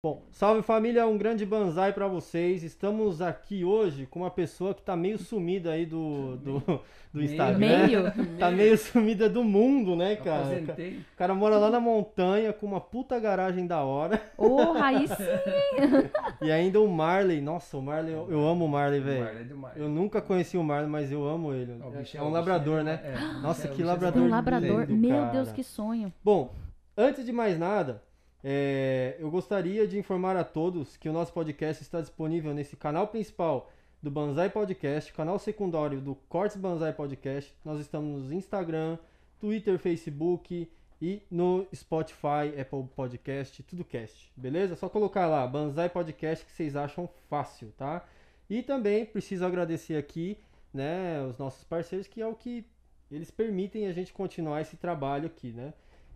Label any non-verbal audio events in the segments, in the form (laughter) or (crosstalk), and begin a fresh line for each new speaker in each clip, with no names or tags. Bom, salve família, um grande banzai pra vocês. Estamos aqui hoje com uma pessoa que tá meio sumida aí do, do, do Instagram.
Meio?
(laughs) Tá meio sumida do mundo, né,
Tá
cara?
Aposentei.
O cara mora lá na montanha com uma puta garagem da hora. (laughs)
Ô, aí sim.
E ainda o Marley. Nossa, o Marley, eu, eu amo o Marley, velho.
Guarda demais.
Eu nunca conheci o Marley, mas eu amo ele.
Ó, o bicho
É um
bicho
labrador, né?
É, o
Nossa,
bicho
que
é
labrador.
Um
lindo.
labrador.
lindo,
Meu
cara.
Deus, que sonho.
Bom, antes de mais nada, é, eu gostaria de informar a todos que o nosso podcast está disponível nesse canal principal do Banzai Podcast, canal secundário do Cortes Banzai Podcast. Nós estamos no Instagram, Twitter, Facebook e no Spotify, Apple Podcast, tudo cast, beleza? Só colocar lá, Banzai Podcast, que vocês acham fácil, tá? E também preciso agradecer aqui, né, os nossos parceiros, que é o que eles permitem a gente continuar esse trabalho aqui, né?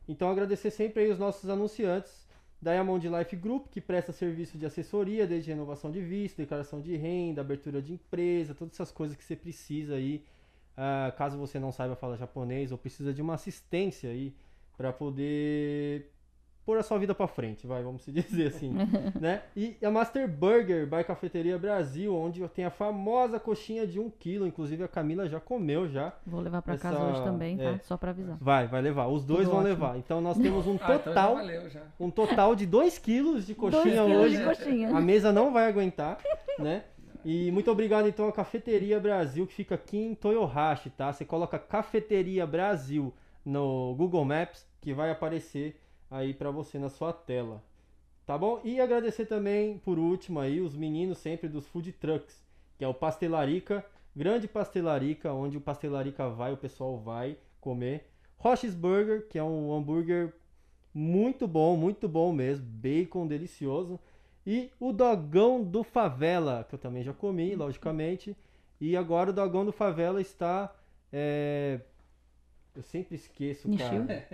Então agradecer sempre aí os nossos anunciantes, Diamond Life Group, que presta serviço de assessoria, desde renovação de visto, declaração de renda, abertura de empresa, todas essas coisas que você precisa aí, ah, caso você não saiba falar japonês ou precisa de uma assistência aí para poder pôr a sua vida para frente, vai, vamos se (laughs) dizer
(laughs)
assim, né? E a Master Burger by Cafeteria Brasil, onde tem a famosa coxinha de 1 kg, inclusive a Camila já comeu já.
Vou levar pra
Essa-
casa hoje também, tá?
é.
Só pra avisar.
Vai, vai levar. Os dois
Tudo
vão
ótimo.
levar. Então nós temos um
Ah, então já
total
valeu já.
um total de 2 quilos de
Dois
coxinha
quilos
hoje.
de coxinha.
A mesa não vai aguentar, né? E muito obrigado então à Cafeteria Brasil, que fica aqui em Toyohashi, tá? Você coloca Cafeteria Brasil no Google Maps, que vai aparecer aí pra você na sua tela. Tá bom? E agradecer também, por último, aí, os meninos sempre dos food trucks, que é o Pastelarica, grande pastelarica, onde o pastelarica vai, o pessoal vai comer. Roches Burger, que é um hambúrguer muito bom, muito bom mesmo, bacon delicioso. E o Dogão do Favela, que eu também já
Uhum.
comi, logicamente. E agora o Dogão do Favela está. é, Eu sempre esqueço,
Nishio? (laughs)
cara.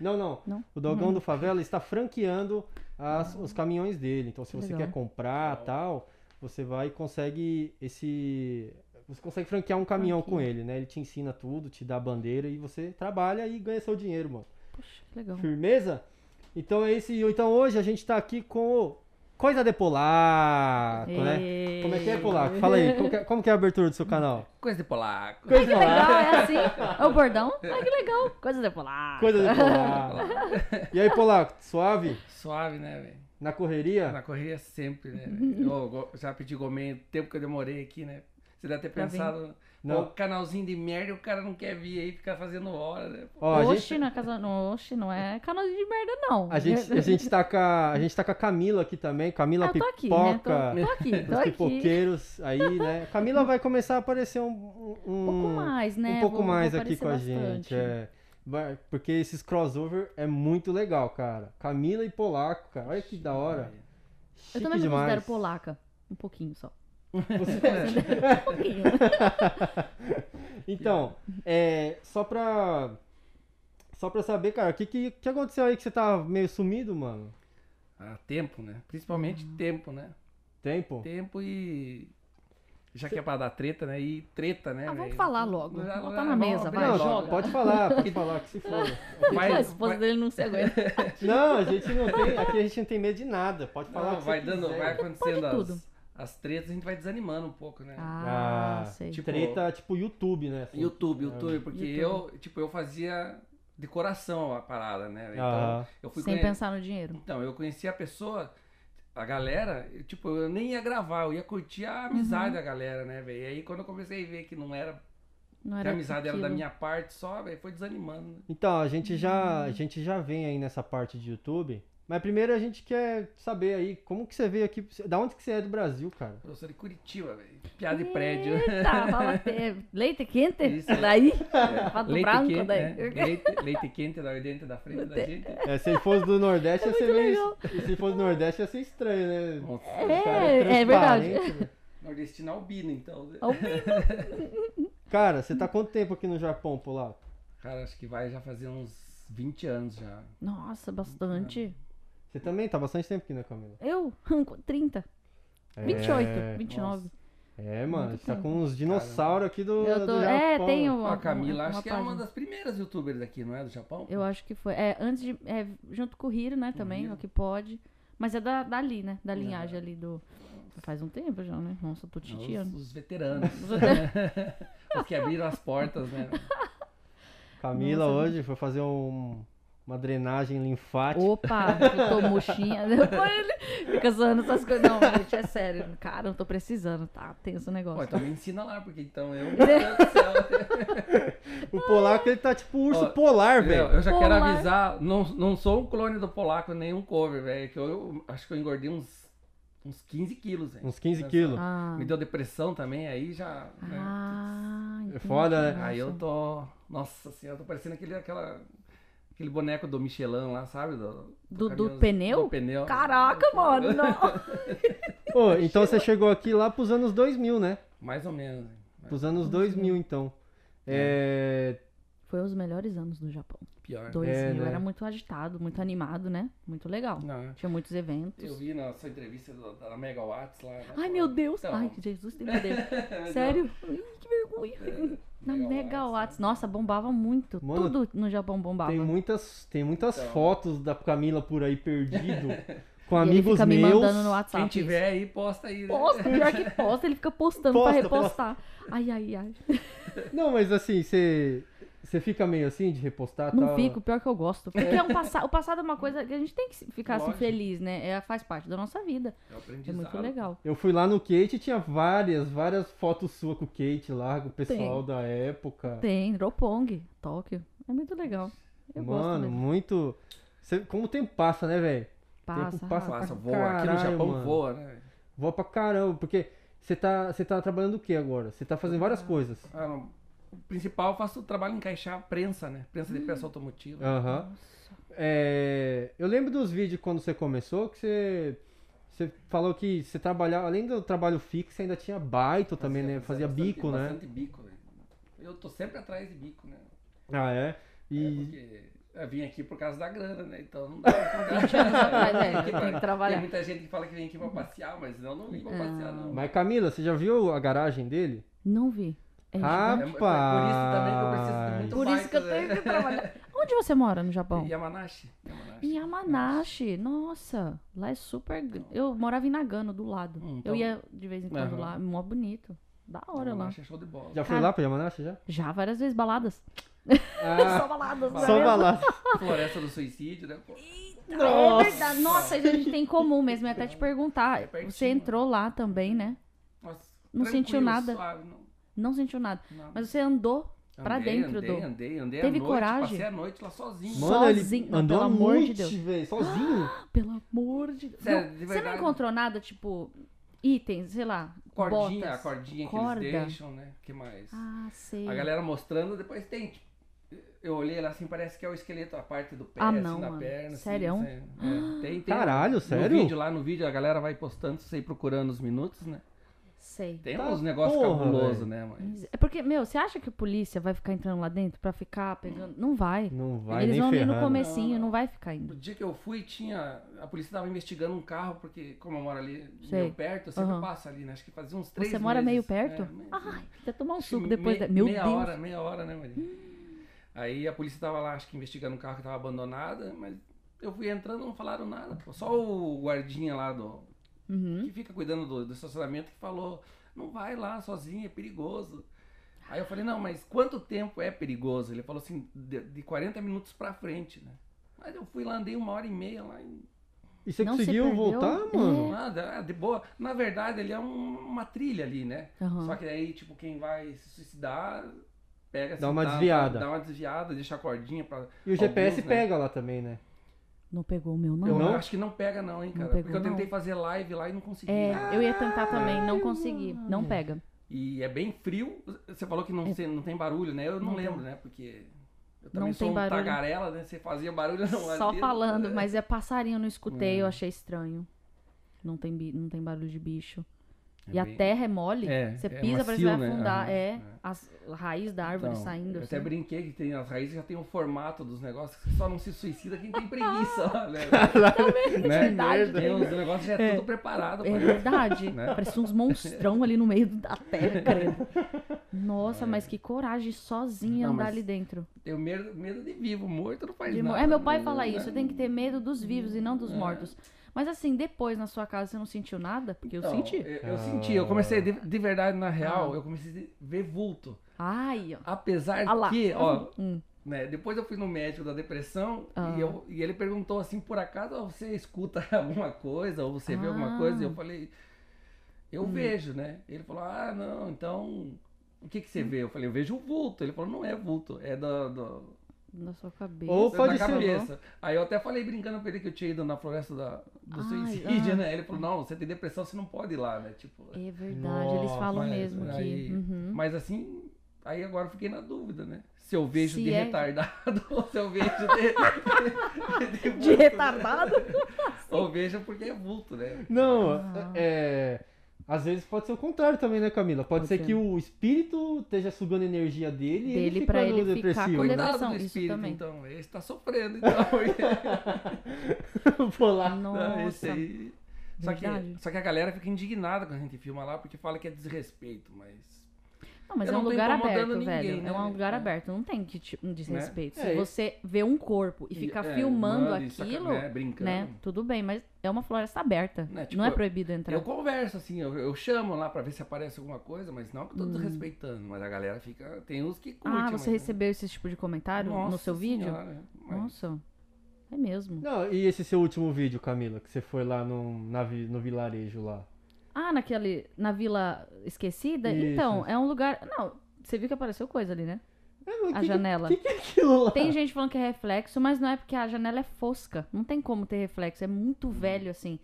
Não, não.
Não? Uhum. Ah.
O Dogão do Favela está franqueando as- os caminhões dele. Então, se você
Legal.
quer comprar
Legal.
tal, você vai e consegue esse. Você consegue franquear um caminhão com
Franquia.
ele, né? Ele te ensina tudo, te dá a bandeira e você trabalha e ganha seu dinheiro, mano.
Poxa, que legal.
Firmeza? Então é isso. Então hoje a gente tá aqui com o Coisa de Polaco, né?
Ei.
Como é que é, Polaco? Fala aí, como que
(laughs)
é, como que é a abertura do seu canal?
Coisa de polaco.
Coisa de
Que legal,
Polaco.
é assim? É o bordão? Ai, que legal. Coisa de polaco.
Coisa de Polaco.
(laughs)
E aí, Polaco, suave?
Suave, né, velho?
Na correria?
Na correria sempre,
(laughs)
né? velho? Eu go- já pedi gomê o tempo que eu demorei aqui, né? Você deve ter
Pra vir.
pensado,
Tá Não.
não. o canalzinho de merda o cara não quer vir aí ficar fazendo hora, né?
Ó, a
oxe,
gente,
na casa. não, Oxe, não é canal de merda, não.
a, gente, a, gente tá com a, a gente tá com a Camila aqui também, Camila
Ah, eu tô aqui, né? Tô,
Pipoca, (laughs)
tô aqui, tô
os
aqui.
pipoqueiros aí,
(laughs)
né? Camila vai começar a aparecer um...
Um
um-
pouco mais, né?
um pouco
Vou- vou
mais aqui
aparecer
com a
bastante.
gente. É. Vai- Porque esses crossover é muito legal, cara. Camila e Polaco, cara. Olha que da hora. Chique
Eu também me
demais.
considero polaca. Um pouquinho só.
Você-
É.
Um (laughs) pouquinho.
então, é, só pra. Só pra saber, cara, o que, que, que aconteceu aí que você tá meio sumido, mano?
Ah, tempo, né? Principalmente tempo, né?
Tempo?
Tempo e... Já que é pra dar treta, né? E treta, né,
Ah, vamos
velho?
falar logo.
Já-
Botar
já-
na
vamos
mesa,
abrir
vai,
Não,
logo.
joga.
pode falar,
(laughs)
pode falar, que se foda.
Vai-
a esposa
vai-
dele não se aguenta.
Não, a gente não tem. Aqui a gente não tem medo de nada. Pode falar. o
Não,
que
vai
você
dando,
quiser.
vai acontecendo
pode tudo.
as, as tretas, a gente vai desanimando um pouco, né?
Ah,
Ah,
sei.
tipo-
Treta tipo YouTube, né? assim.
YouTube, YouTube, porque
YouTube.
eu, tipo, eu fazia de coração a parada, né? Então,
Aham.
eu fui
Sem
conhe-
pensar no dinheiro.
Então, eu conheci a pessoa, a galera, eu, tipo, eu nem ia gravar, eu ia curtir a amizade
Uhum.
da galera, né, velho? E aí quando eu comecei a ver que não era,
Não
que
era
a amizade era da
aquilo.
minha parte só, velho, foi desanimando, né?
Então, a gente
Hum.
já, a gente já vem aí nessa parte de YouTube. Mas primeiro a gente quer saber aí como que você veio aqui, da onde que você é do Brasil, cara?
Eu sou de Curitiba, velho. Piada de prédio. né? (laughs)
Eita, fala até. Leite quente?
Isso. é.
Daí? Pato
Leite
tá branco
quente,
daí.
né? leite, leite quente da dentro da frente da gente.
É, se ele fosse do
(laughs) É
Nordeste, ia ser meio, se fosse do Nordeste ia ser estranho, né?
Nossa,
O cara
É, é verdade.
transparente, né?
Nordestino albino, então. né?
Ó,
Cara, você tá quanto tempo aqui no Japão, Polaco?
Cara, acho que vai já fazer uns 20 anos já.
Nossa, bastante.
Você também tá bastante tempo aqui, né, Camila?
É.
Eu? 30. 28, 29.
É, é mano,
Muito
você tá
tempo.
com uns dinossauros aqui do,
Eu tô.
do Japão.
É, tem
né?
uma.
a Camila,
uma-
acho
uma
que é uma
página.
das primeiras youtubers daqui, não é? Do Japão?
Eu acho que foi. É, antes de. é, junto com o Hiro, né, também,
Hiro.
o que pode. Mas é da, dali, né? Da linhagem ali do. Faz um tempo já, né? Nossa, eu tô
Os,
titiando.
os veteranos.
Os veteranos.
(laughs) os que abriram as portas, né?
Camila
Nossa,
hoje foi fazer um- uma drenagem linfática.
Opa, eu (laughs) tô murchinha. Depois ele fica zoando essas coisas. Não, gente, é sério. Cara, eu tô precisando, tá? Tem esse
Pô,
negócio.
então me ensina lá, porque então eu. Meu Deus do céu.
O polaco, ele tá tipo urso
Ó,
polar,
Meu,
velho.
eu já
Polar.
quero avisar, não, não sou um clone do polaco, nenhum cover, velho. Que eu, eu acho que eu engordei uns, uns 15 quilos, velho.
Uns 15
Olha só.
quilos.
Ah,
Me deu depressão também, aí já. né?
ah
É
entendi,
foda, né?
nossa.
Aí eu tô. Nossa senhora, eu tô parecendo aquele, aquela, aquele boneco do Michelin lá, sabe? Do,
Do- do
caminhão-
pneu?
Do pneu.
Caraca, mano.
(laughs)
Não.
Ô, então você chegou aqui lá pros anos 2000, né?
Mais ou menos. velho.
Pros anos 2000, então. É.
Foi os melhores anos do Japão.
Pior.
2000
né?
era muito agitado, muito animado, né? Muito legal.
Não, é.
Tinha muitos eventos.
eu vi na sua entrevista do- da Mega Watts lá. né?
Ai, meu Deus!
Então,
Ai, Jesus tem
(laughs)
poder. Sério? Ai, que
É,
(laughs)
vergonha. Na
Megawatts, né?
Megawatts. Nossa, bombava muito.
né? Mano,
Tudo no Japão bombava.
Tem muitas, tem muitas
Então.
fotos da Camila por aí (laughs) perdido com
E
amigos
ele fica me
meus.
mandando no WhatsApp.
Quem tiver aí, posta aí. né?
(laughs) Posta, pior que posta, ele fica postando pra
Posta, Tá,
repostar. Ai, ai, ai.
Não, mas assim, você você fica meio assim de repostar
Não
tal?
fico, pior que eu gosto. Porque é um passado. O passado é uma coisa que a gente tem que ficar assim,
Lógico.
feliz, né? É, faz parte da nossa vida.
É um
É
aprendizado.
muito legal.
Eu fui lá no Kate e tinha várias, várias fotos suas com o Kate lá, com o pessoal da época.
Tem, Ropong, Tóquio. É muito legal. Eu gosto
Mano,
mesmo.
muito. Cê- como o tempo passa, né, velho?
Passa,
passa
rápido.
Passa, voa. Aqui
Caralho,
no Japão
mano.
voa, né?
Vou pra caramba, porque você tá, você tá trabalhando o que agora? Você tá fazendo várias coisas.
Ah, não. O principal, eu faço o trabalho em encaixar a prensa, né? Prensa
Hum.
de peça automotiva.
Aham. É, eu lembro dos vídeos quando você começou que você, você falou que você trabalhava, além do trabalho fixo, você ainda tinha baito também, né? Fazia
bastante-
bico, né?
Bastante bico, velho. Eu tô sempre atrás de bico, né?
Ah, é?
É
E
porque eu vim aqui por causa da grana, né? Então não dá
(laughs)
pra
20 anos atrás, é,
Aqui
tem
pra-
que trabalhar. Uhum. É.
Tem muita gente que fala que vem aqui pra passear, mas eu não vim pra passear, não.
mas Camila, você já viu a garagem dele?
Não vi. É
Ah,
gigante.
É, é por isso também que eu preciso de muito né?
Por isso que eu tenho que trabalhar. Onde você mora no Japão?
Yamanashi. Yamanashi.
Em Yamanashi. Nossa, lá é super. gr- Eu morava em Nagano, do lado.
Hum,
Eu
tá
então-
ia de vez em quando
Aham.
lá, mó bonito. Da hora lá.
Yamanashi é show de bola.
Já foi
Cara-
lá pra Yamanashi já?
Já várias vezes baladas.
Ah,
(laughs) Só baladas, né?
só vai lá.
Floresta do suicídio, né? Pô,
É verdade. Nossa, isso a gente tem em comum mesmo. Eu ia até te perguntar.
É pertinho,
Você entrou lá também, né?
Nossa,
Não sentiu
tranquilo,
nada?
suave, não-
Não sentiu nada.
nada.
Mas você andou pra
Andei,
dentro
andei,
do.
Andei, andei,
Teve
à noite,
coragem?
Passei a noite lá sozinho.
Mano, Sozinho. Não,
andou
pelo
a
amor de
monte,
Deus.
velho, sozinho.
Ah, Pelo amor de Deus.
Sério,
Não,
é de
você não
verdade.
encontrou nada, tipo, itens, sei lá,
Cordinha,
botas,
a cordinha
corda.
que eles deixam, né? que mais?
Ah, sei.
a galera mostrando, depois tem. tipo, Eu olhei lá assim, parece que é o esqueleto, a parte do pé,
Ah,
assim,
não,
da
mano.
perna.
Sério?
Assim, é, tem, tem.
Caralho,
No
sério?
vídeo, lá no vídeo, a galera vai postando, você ir procurando os minutos, né?
Sei.
Tem
Tá
uns negócios
porra,
cabulosos,
velho.
né, mas.
É porque, meu, você acha que a polícia vai ficar entrando lá dentro pra ficar pegando. Não vai.
Não vai
Eles
nem
vão ali no
ferrando.
comecinho,
Não,
não vai ficar indo.
No dia que eu fui, tinha. A polícia tava investigando um carro, porque como eu moro ali
Sei.
meio perto, eu sempre
Aham.
passo ali, né? Acho que fazia uns três
Você mora meio
meses,
perto?
é, meio-
Ai, até tomar um
acho que
suco depois.
me-
da... Meu
meia
Deus.
hora, meia hora, né, Maria? Aí a polícia tava lá, acho que investigando um carro que tava abandonado, mas eu fui entrando, não falaram nada. pô. Só o guardinha lá do.
Uhum.
que fica cuidando do, do estacionamento que falou: não vai lá sozinho, é perigoso. Aí eu falei: não, mas quanto tempo é perigoso? Ele falou assim: de, de 40 minutos pra frente, né? Mas eu fui lá, andei uma hora e meia lá e
E você
Não se
conseguiu
perdeu?
voltar,
É.
mano?
nada, ah, de boa. Na verdade, ele é um- uma trilha ali, né?
Aham.
Só que aí, tipo, quem vai se suicidar, pega
Dá uma desviada.
Dá uma desviada, deixa a cordinha pra.
E o GPS
Alguns, né?
pega lá também, né?
Não pegou o meu, não.
Eu
Eu
não?
acho que não pega, não, hein, cara.
pegou,
Porque eu tentei
não.
fazer live lá e não consegui. Ah.
É, eu ia tentar também, não consegui. Não pega.
E é bem frio. Você falou que não, se- não tem barulho, né? Eu não,
É. Não tem.
lembro, né? Porque eu também
Não
sou
tem
um
barulho.
tagarela, né? Você fazia barulho (laughs) (laughs) não É.
Só
ali,
falando,
né?
mas é passarinho, eu não escutei, eu achei estranho. Não tem, bi- não tem barulho de bicho. e
bem-
a terra é mole,
É,
você
é
pisa, parece que
macio,
vai
né?
afundar.
Aham,
É,
é.
as raízes da árvore
Então,
saindo.
Eu
assim.
até brinquei que tem as raízes, já tem o formato dos negócios, que só não se suicida quem tem preguiça.
(laughs)
né? né?
Verdade,
Tem
né?
os negócios já é, tudo preparado.
É
pra-
verdade.
Né?
Parece uns monstrão ali no meio da terra, credo. Nossa, mas que coragem sozinha
É. Não,
andar
mas
ali dentro.
Tenho medo, medo de vivo, morto não faz
De mo-
nada. É.
É, meu pai
né?
fala isso. Você tem que ter medo dos vivos e não dos mortos. Mas assim, depois na sua casa você não sentiu nada? Porque
Então,
eu senti.
Eu, eu senti, eu comecei, de, de verdade, na real,
Ah.
eu comecei a ver vulto.
Ai, ó.
Apesar
Ah lá.
que, ó,
Hum.
né, depois eu fui no médico da depressão
Ah.
e, eu, e ele perguntou assim, por acaso ó, você escuta (laughs) alguma coisa ou você vê alguma
Ah. Hum.
coisa? E eu falei, eu vejo, né? Ele falou, ah, não, então, o que que
Hum.
você vê? Eu falei, eu vejo o vulto. Ele falou, não é vulto, é da- da-
Na sua cabeça.
Ou
da
pode ser,
cabeça. Aí eu até falei brincando pra ele que eu tinha ido na floresta da- do
Ai,
suicídio,
ah.
né? Ele falou, não, você tem depressão, você não pode ir lá, né? Tipo,
É verdade, eles
Nossa,
falam
mas,
mesmo
aí-
que. Uhum.
Mas assim, aí agora eu fiquei na dúvida, né? Se eu vejo
Se
de
é-
retardado (laughs) ou se eu vejo de. de, vulto,
(laughs) (laughs)
né?
De retardado?
Ou vejo porque é vulto, né?
Não,
Ah.
é. Às vezes pode ser o contrário também, né, Camila? Pode
Pode
ser
ser.
que o espírito esteja sugando a energia dele, e ele
Dele
fica
pra
no
ele ficar
depressivo. né?
com
Cuidado
depressão,
do
isso
espírito,
também.
então. Ele está sofrendo, então. (laughs)
(laughs) Polar.
Não,
Nossa.
esse aí. Só que,
Verdade.
só que a galera fica indignada quando a gente filma lá, porque fala que é desrespeito, mas.
Não, mas
Eu
é um
não tô
lugar
incomodando
aberto,
ninguém,
velho.
né,
É um
velho?
lugar
É.
aberto. Não tem que te- um desrespeito.
É,
Se
e-
você vê um corpo e ficar
é,
filmando
manda isso,
aquilo,
né, brincando.
né? Tudo bem, mas é uma floresta aberta.
Né, tipo,
não é
eu-
proibido entrar.
Eu converso, assim, eu, eu chamo lá pra ver se aparece alguma coisa, mas não que eu tô desrespeitando, mas a galera fica. Tem uns que curtem.
Hum. ah, você recebeu esse tipo de comentário no seu vídeo?
né? Nossa.
Nossa. É mesmo.
Não, e esse seu último vídeo, Camila, que você foi lá no, na vi- no vilarejo lá?
Ah, naquele. Na Vila Esquecida?
Isso.
Então, é um lugar. Não, você viu que apareceu coisa ali, né?
É, mas que
A
que-
janela.
que, que é aquilo lá?
Tem gente falando que é reflexo, mas não é porque a janela é fosca. Não tem como ter reflexo. É muito velho, assim.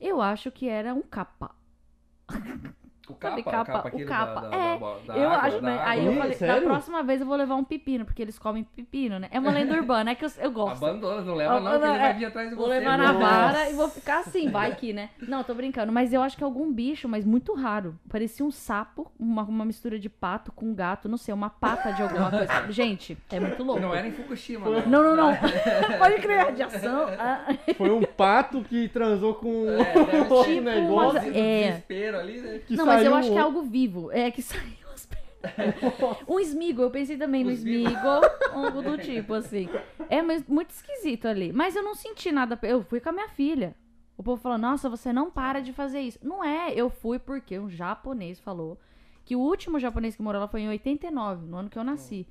Eu acho que era um capa.
O
Sabe,
capa,
capa,
o capa,
o
aquele
capa.
Da, da,
É,
da, da
eu
água,
acho,
da
né?
água.
Aí eu
Ih,
falei, da
sério?
próxima vez eu vou levar um pepino, porque eles comem pepino, né? É uma lenda urbana, é que eu, eu gosto.
Abandona, não leva não,
Abandona,
que ele vai
é.
vir atrás de
Vou
você.
levar na
Nossa.
vara e vou ficar assim, vai que, né? Não, tô brincando, mas eu acho que é algum bicho, mas muito raro. Parecia um sapo, uma, uma mistura de pato com gato, não sei, uma pata de alguma coisa. Gente, é muito louco.
Não era em Fukushima, né? É, não. (laughs)
Não, não, não. Pode crer, radiação. Ah,
Foi um pato que transou com
É, deve
um (laughs)
ser.
negócio
(laughs) Tipo,
Do
É.
desespero ali, né?
que
não,
saiu
mas eu acho que é algo vivo. É que (laughs) saiu as pernas. Um esmigo, eu pensei também no
Os vivos.
esmigo, algo do tipo, assim. É mas muito esquisito ali. Mas eu não senti nada. Eu fui com a minha filha. O povo falou, nossa, você não para de fazer isso. Não é, eu fui porque um japonês falou que o último japonês que morou lá foi em 89, no ano que eu nasci.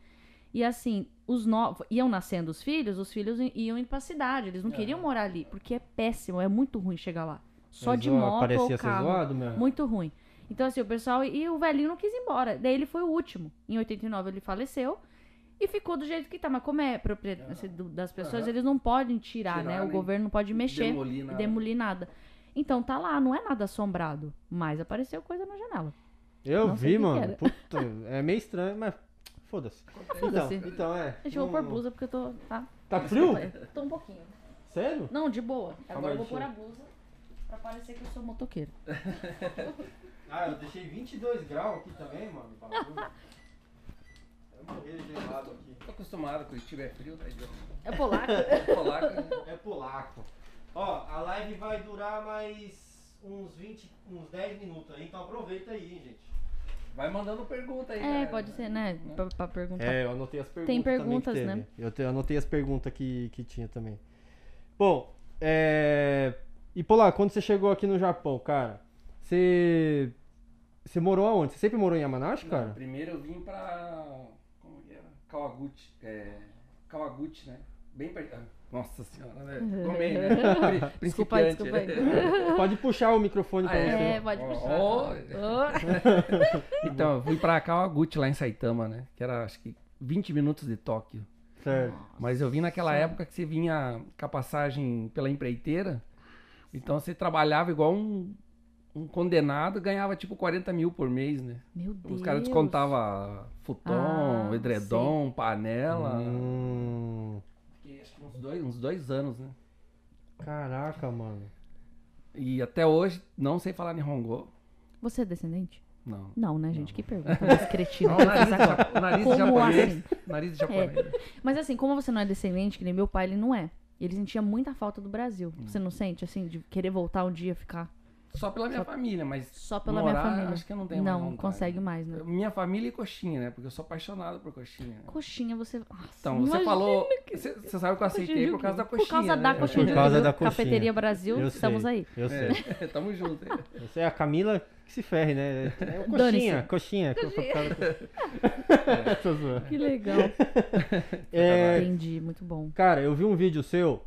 E assim, os novos. Iam nascendo os filhos, os filhos i- iam indo pra cidade. Eles não queriam morar ali, porque é péssimo, é muito ruim chegar lá. Só
Mas,
de
ó,
moto
Parecia
ou
ser
carro.
zoado mesmo.
Muito ruim. Então, assim, o pessoal. E o velhinho não quis ir embora. Daí ele foi o último. Em 89 ele faleceu. E ficou do jeito que tá. Mas como é propriedade assim, do- das pessoas,
Aham.
eles não podem tirar,
Tirar,
né? O
nem
governo não pode mexer
Demolir
e
nada.
demolir nada. Então tá lá, não é nada assombrado. Mas apareceu coisa na janela.
Eu
Não sei
vi,
o que que
mano.
era.
Puta, é meio estranho, mas foda-se. Então,
Foda-se.
então é.
Deixa eu
não-
vou pôr blusa porque eu tô. Tá?
Tá
Uh.
frio?
Tô um pouquinho.
Sério?
Não, de boa.
Calma
Agora
aí,
eu vou pôr
deixa
a blusa pra parecer que eu sou motoqueiro.
Ah, eu deixei 22 graus aqui também, mano.
(laughs)
Eu morri gelado aqui.
Tô acostumado com isso, tiver frio, tá idiota.
É polaco.
Vou né? falar com-
É polaco. Ó, a live vai durar mais uns 20, uns 10 minutos aí, então aproveita aí, hein, gente.
Vai mandando pergunta aí.
(laughs) É,
galera.
pode ser, né? Pra, pra perguntar.
É, eu anotei as perguntas.
Tem
também
perguntas,
que teve.
né?
Eu, te- eu anotei as perguntas que, que tinha também. Bom, é. E Polaco, quando você chegou aqui no Japão, cara, você. Você morou aonde? Você sempre morou em Yamanashi,
Não,
cara?
primeiro eu vim pra. Como que era? Kawaguchi. É, Kawaguchi, né? Bem perto. ah, Nossa senhora, né? Comei,
(laughs)
né? Pri-
Uhum.
né?
Desculpa aí, desculpa aí.
Pode puxar o microfone pra
(laughs) Ah,
você.
É, pode
Ó,
puxar.
ó.
Ó.
Então, eu fui pra Kawaguchi lá em Saitama, né? Que era acho que 20 minutos de Tóquio.
Certo.
Mas eu vim naquela época que você vinha com a passagem pela empreiteira. Então você trabalhava igual um, um condenado, ganhava tipo 40 mil por mês, né?
Meu Deus.
Os caras descontavam futon,
Ah,
edredom, panela.
Hum,
Fiquei, acho que uns dois, uns dois anos, né?
caraca, mano.
E até hoje não sei falar Nihongo.
Você é descendente?
Não.
Não, né, gente? Que pergunta
(laughs)
mais cretina.
Não, então. nariz, ja- nariz
Como
japonês.
assim?
Nariz japonês.
Mas assim, como você não é descendente, que nem
Hum.
meu pai, ele não é. Ele sentia muita falta do Brasil. Você não sente, assim, de querer voltar um dia ficar?
Só pela minha
Só-
família, mas
Só pela
morar,
minha família.
acho que eu não tenho mais
Não
vontade.
consegue mais, né?
Minha família e coxinha, né? Porque eu sou apaixonado por coxinha. né?
Coxinha, você. Nossa,
Então, você
assim? imagina.
falou. Você você sabe que eu aceitei
Coxinha
por causa da
de
coxinha.
Por causa
né?
da coxinha.
Por causa
de
da
Urubu, Cafeteria Brasil,
Eu
estamos
sei,
aí.
Eu sei.
É, (laughs) tamo
(laughs)
junto. é.
Eu sei. A Camila que se ferre, né? É o
Dane-se.
coxinha, coxinha. co- por causa-
(laughs)
(laughs)
É.
Tô zoando.
Que legal.
É,
(laughs) Entendi, muito bom.
cara, eu vi um vídeo seu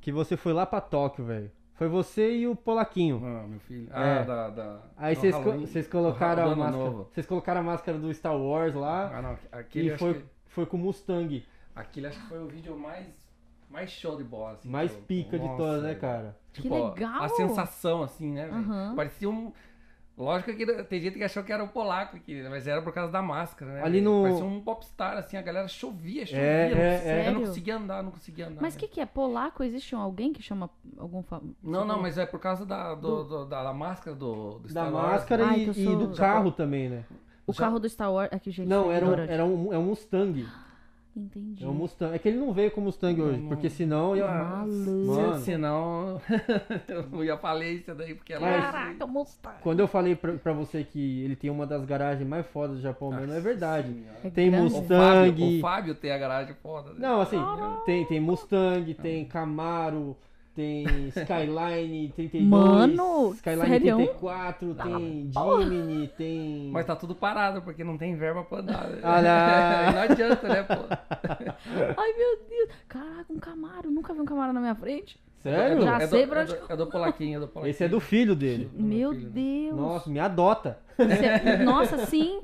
que você foi lá pra Tóquio, velho. Foi você e o Polaquinho.
Ah, meu filho. Ah,
É.
da, da.
Aí
do
vocês co-
Halloween,
vocês
do
colocaram,
Halloween
a
do ano
máscara-
novo.
vocês colocaram a máscara do Star Wars lá.
Ah, não. Aquele,
e
acho
foi,
que,
foi com o Mustang.
aquele acho que foi o vídeo mais, mais show de bola. Assim,
Mais
que eu-
pica de
Nossa,
todas, né,
velho.
cara?
Que
Tipo, ó,
legal!
A sensação, assim, né? velho?
Aham.
Parecia um. Lógico que era- tem gente que achou que era o polaco aqui, mas era por causa da máscara, né?
Ali no-
Parecia um popstar, assim, a galera chovia, chovia.
É,
não
é,
conseguia-
é.
Eu não
Sério?
conseguia andar, não conseguia andar.
Mas o
né?
que, que é? Polaco? Existe um- alguém que chama algum famoso?
Não, não, mas é por causa da, do- do- da, da máscara do, do
Da
Star Wars,
máscara
né?
Ai,
e,
que eu
e
sou-
do carro também, né?
O
já-
carro do Star Wars. Aqui, gente.
Não,
sou
era um,
ignorante.
era um, é um Mustang.
Entendi.
É um Mustang. É que ele não veio com Mustang
Não,
hoje,
não.
porque senão ia.
Maluco.
Mano.
Ah, Se, senão (laughs) eu ia falência daí, porque assim. ela
Mas-
Caraca, Mustang.
Quando eu falei pra, pra você que ele tem uma das garagens mais fodas do Japão mesmo, é verdade.
É
Tem
grande.
O
Mustang.
Fábio, o Fábio tem a garagem foda. né?
Não, assim, tem, tem Mustang, tem Camaro,
(laughs)
tem Skyline 32,
Mano,
Skyline
sério?
34, tem Jimny, tem.
Mas tá tudo parado, porque não tem verba pra andar. né?
Olha.
(laughs) não adianta, né, pô?
Ai, meu Deus. Caraca, um Camaro. Nunca vi um Camaro na minha frente.
Sério?
Já
é do,
sei
é
pra onde
do- é do Polaquinho, é do Polaquinho.
Esse é do filho dele.
Do meu
Meu
filho, né?
Deus.
Nossa, me adota.
(laughs)
Cê- Nossa, sim.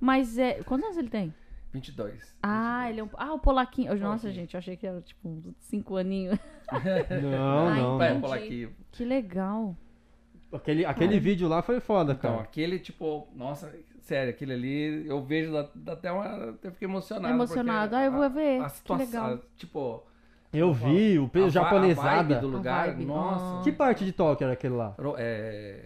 Mas é. Quantos anos ele tem?
22.
Ah, ele é um. Ah, o Polaquinho. Nossa,
Polaquinho.
gente, eu achei que era tipo uns 5 aninhos. (laughs)
Não,
Ai,
não.
Vai,
entendi.
é Polaquinho.
Que legal.
Aquele, aquele vídeo lá foi foda,
Então,
cara.
aquele tipo, nossa, sério, aquele ali, eu vejo, dá, dá até uma. Eu fiquei emocionado.
Emocionado.
porque
Ah, eu vou
a-
ver.
A
Que
situação,
legal.
tipo,
Eu vi, o
a,
Um peso
va- a vibe
japonesada.
do lugar,
vibe,
nossa.
ah.
Que parte de Tóquio era aquele lá?
Ro- É.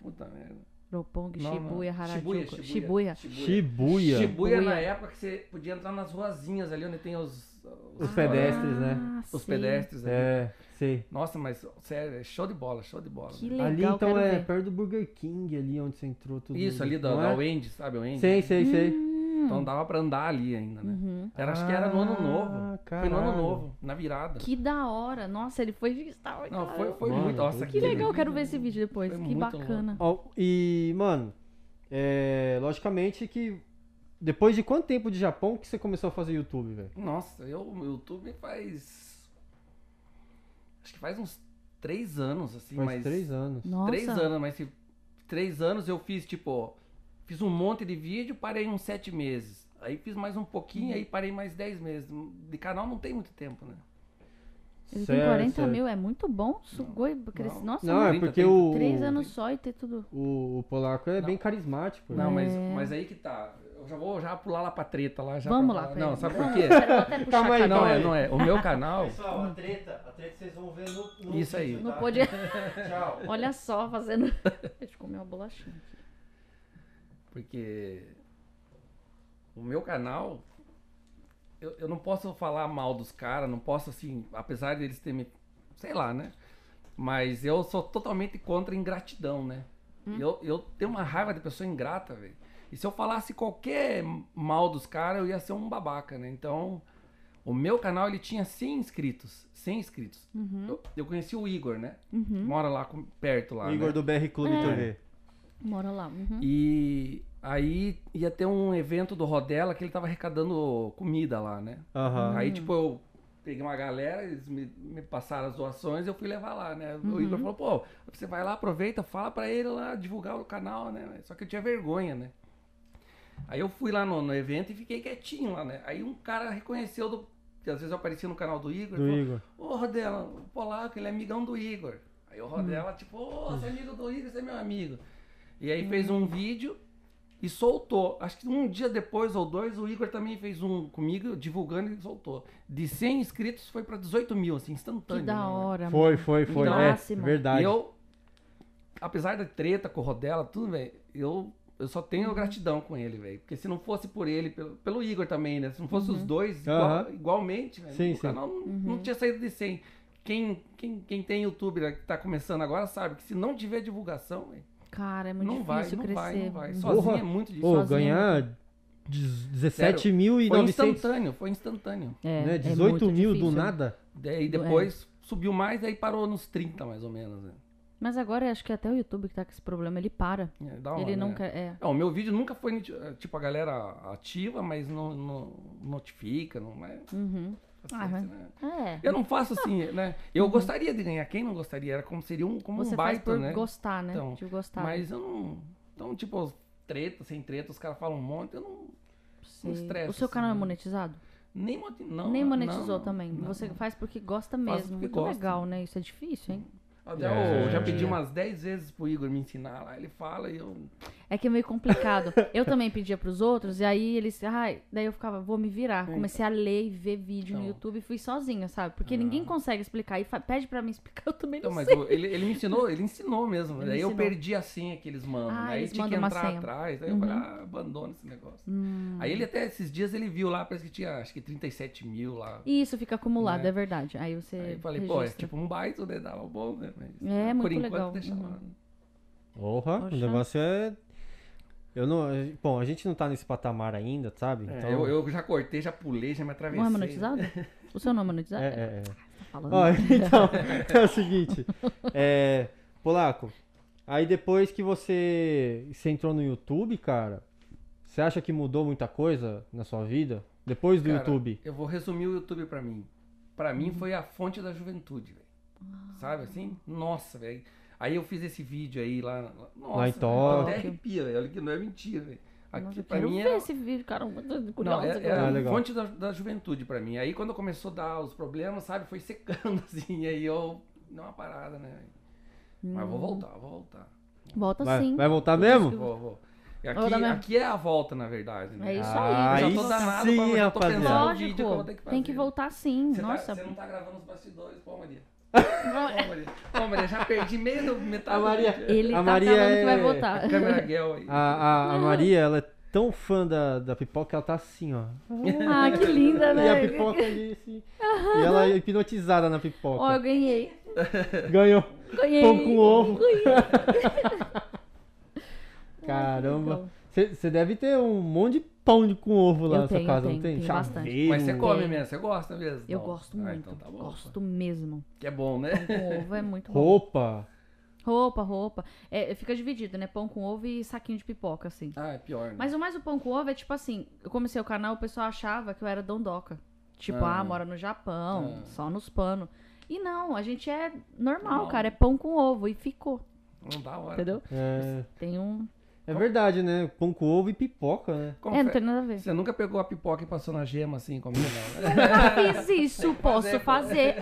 Puta merda.
Roppongi,
Não, não.
Shibuya,
Shibuya,
Harajuku.
Shibuya.
Shibuya.
Shibuya.
Shibuya na
Shibuya.
época que você podia entrar nas ruazinhas ali onde tem os.
Os
restaurantes,
pedestres, né?
Ah,
Os
sim.
pedestres ali.
É, sei.
Nossa, mas sério, é show de bola, show de bola.
Que
né?
legal,
ali então
quero
é
ver.
perto do Burger King, ali onde você entrou tudo.
Isso, ali da,
não
da
é?
Wendy, sabe? O Wendy.
Sei, sei, sei.
Hum.
Então dava pra andar ali ainda, né?
Uhum.
Era, acho que era no ano
Ah,
novo. Foi no
caralho.
ano novo, na virada.
Que da hora. Nossa, ele foi digital.
Não, foi, foi
Mano,
muito. Nossa,
Que legal, eu
vídeo.
quero ver esse vídeo depois.
Foi
que
muito
bacana.
Ó, e, mano, é, logicamente que depois de quanto tempo de Japão que você começou a fazer YouTube, velho?
Nossa, eu, o YouTube faz. Acho que faz uns três anos, assim,
Faz
mas.
três anos.
Nossa.
Três anos, mas se- três anos eu fiz, tipo, fiz um monte de vídeo, parei uns sete meses. Aí fiz mais um pouquinho, aí parei mais dez meses. De canal não tem muito tempo, né?
Ele tem
Certo,
40
certo.
mil, é muito bom. Sugoi, porque
não.
nossa,
Não, é
30,
porque
30.
o,
três anos só e ter tudo.
o, o polaco é
Não.
bem carismático.
Não,
né?
mas, mas aí que tá. Eu já vou já pular lá pra treta lá. Já pra
Vamos lá,
falar.
Fernando.
Não, sabe por
Vamos,
quê?
Fernando, até puxar
Calma aí,
a
Não,
calma
cadeira.
é,
aí.
não é. O meu canal.
Pessoal, a treta, a treta vocês vão ver no, tá?
no Isso aí. vídeo,
Não pôde.
Tchau.
Olha só, fazendo. Deixa eu comer uma bolachinha aqui.
Porque o meu canal, eu, eu não posso falar mal dos caras, não posso assim, apesar deles terem me. Sei lá, né? Mas eu sou totalmente contra a ingratidão, né? Eu, eu tenho uma raiva de pessoa ingrata, velho. E se eu falasse qualquer mal dos caras, eu ia ser um babaca, né? Então, o meu canal, ele tinha 100 inscritos. 100 inscritos.
Uhum,
Eu, eu conheci o Igor, né?
Hum.
Mora lá com- perto lá, né?
Igor do BR Clube
É.
TV.
Mora lá. uhum.
E aí ia ter um evento do Rodela que ele tava arrecadando comida lá, né?
Aham.
Aí, tipo, eu peguei uma galera, eles me, me passaram as doações eu fui levar lá, né? O Igor falou, pô, você vai lá, aproveita, fala pra ele lá, divulgar o canal, né? Só que eu tinha vergonha, né? Aí eu fui lá no, no evento e fiquei quietinho lá, né? Aí um cara reconheceu do. que Às vezes eu aparecia no canal do Igor.
Do
e falou,
Igor.
Ô, Rodela, o Polaco, ele é amigão do Igor. Aí o Rodela,
Hum.
tipo, ô, você é amigo do Igor, você é meu amigo. E aí fez
Hum.
um vídeo e soltou. Acho que um dia depois ou dois, o Igor também fez um comigo, divulgando e soltou. De 100 inscritos foi pra 18 mil, assim,
Que
instantâneo. né?
da hora.
Foi, foi, foi. É,
Máximo.
verdade.
E eu, apesar da treta com o Rodela, tudo, velho, eu, eu só tenho
Uhum.
gratidão com ele, velho. Porque se não fosse por ele, pelo, pelo Igor também, né? Se não fosse os dois, igual-
Uhum. Aham.
igualmente, velho,
Sim,
o
sim.
Uhum.
canal não, não tinha saído de 100. Quem, quem, quem tem youtuber que tá começando agora sabe que se não tiver divulgação, velho,
Cara, é muito
não vai,
difícil
não
crescer.
vai, não vai.
Uhum. Porra.
Sozinho é muito difícil.
Ô,
sozinho.
ganhar
Foi
17.900,
instantâneo, foi instantâneo.
É,
né?
é
18
muito
mil do
difícil.
nada.
É.
Daí depois subiu mais, aí parou nos 30 mais ou menos. Né?
Mas agora eu acho que até o YouTube que tá com esse problema, ele para.
É, dá uma,
ele não
né?
quer. É.
Não, o meu vídeo nunca foi, noti- tipo, a galera ativa, mas não, não notifica, não é...
Uhum. Ah, mas-
né?
É.
Eu não faço assim, né? Eu gostaria de ganhar, quem não gostaria? Era como seria um, como
Uhum. Você
um
faz
baita,
por
né?
gostar, né?
Então,
de gostar.
Mas eu não... Então, tipo, treta, sem treta, os caras falam um monte, eu não...
Sim.
um estresse,
O seu
assim,
canal é
né?
monetizado?
Nem, moti- não,
Nem
não,
monetizou
não,
também.
não.
Você faz porque gosta
porque
mesmo. Muito
gosta.
legal, né? Isso é difícil, hein?
Até
É.
eu já pedi umas 10 vezes pro Igor me ensinar lá, ele fala e eu...
É que é meio complicado. eu também pedia pros outros, e aí eles. Ai, daí eu ficava, vou me virar. Comecei a ler e ver vídeo no
Então.
YouTube e fui sozinha, sabe? Porque ninguém consegue explicar. E fa- pede pra mim explicar, (laughs) eu também não,
Então, Ah. mas
sei.
eu- ele, ele me ensinou, ele ensinou mesmo.
Ele
daí eu
ensinou.
perdi a senha que eles mandam.
Ah,
né? Aí
eles
tinha que
mandam
entrar
uma senha. Uhum. Hum.
atrás. Daí eu falei, ah, abandona esse negócio. Aí ele até esses dias ele viu lá, parece que tinha acho que 37 mil lá.
E isso fica acumulado,
Né?
é verdade. Aí você.
Aí eu falei, pô, é
registra.
tipo um baita, né? Dava bom, né? Mas,
É,
por
muito
enquanto
legal. Uhum.
deixa lá.
Porra,
Poxa.
o negócio é. Eu não. Bom, a gente não tá nesse patamar ainda, sabe? Então-
É, eu, eu já cortei, já pulei, já me atravessei.
Não é monetizado? O seu não
(laughs)
é monetizado?
É, é, é.
(laughs) Tá falando.
Ó, então, (laughs) é o seguinte. É, Polaco, aí depois que você, você entrou no YouTube, cara, você acha que mudou muita coisa na sua vida? Depois do
Cara,
YouTube?
Eu vou resumir o YouTube pra mim. Pra mim foi a fonte da juventude, velho. Sabe assim? Nossa, velho. Aí eu fiz esse vídeo aí lá. lá- Nossa,
Lá em
velho, eu até
Tóquio.
arrepia, velho. Olha que Não é mentira, velho. Aqui
Nossa, um eu
pra
quero
mim
ver
é.
esse vídeo, cara. um Eu tô
Não,
curiosa
é,
agora.
é
Ah,
a
legal.
fonte da, da juventude pra mim. Aí quando começou a dar os problemas, sabe, foi secando (laughs) assim. Aí eu. Não uma parada, né? velho? Mas vou voltar, vou voltar.
Volta
Vai,
sim.
vai voltar
Tudo isso
mesmo?
que
Vou, vou. E
Vou
Aqui,
dar mesmo.
aqui é a volta, na verdade, né?
É isso
Ah,
aí.
Eu
aí
já tô danado,
sim,
mas eu já tô
rapaziada.
pensando no vídeo que eu vou ter que
Lógico, tem que
fazer.
voltar sim.
Você tá-
Nossa,
você não tá gravando os bastidores, pô, Maria. Pô, Maria, Pô, Maria já perdi meio do metade.
A
do
Maria- Ah,
vídeo.
ele
A
tá
Maria
falando
é-
que vai voltar.
(laughs) A câmera Gel aí.
A, a- a Maria, ela é tão fã da, da pipoca que ela tá assim, ó.
Ah, que linda,
E a
né?
pipoca ali, assim. E ela é hipnotizada na
Ó, eu
pipoca.
ganhei.
Ganhou
Ganhei.
pão com ovo.
Ganhei. Então,
Caramba. Você deve ter um monte de pão de, com ovo lá
Eu
na sua
tenho,
casa,
eu
não tem?
tenho, tenho bastante.
Chaveiro.
Mas você come
Tem.
mesmo, você gosta mesmo?
Eu
Não.
gosto
Ah,
muito.
então tá bom.
gosto mesmo.
Que é bom, né?
Pão
(laughs)
com ovo é muito bom.
Roupa.
Roupa, roupa. É, fica dividido, né? Pão com ovo e saquinho de pipoca, assim.
Ah, é pior. né?
Mas o mais o pão com ovo é tipo assim, eu comecei o canal, o pessoal achava que eu era dondoca. Tipo, ah,
Ah.
mora no Japão,
Ah.
só nos panos. E não, a gente é normal,
Normal.
cara, é pão com ovo e ficou,
Não dá hora.
entendeu?
É,
Tem um,
é verdade, né? Pão com ovo e pipoca, né?
Confe-
é, não tem nada a ver.
(laughs) Você nunca pegou a pipoca e passou na gema assim, como não, né?
Eu fiz isso, posso
fazer, pô.
fazer.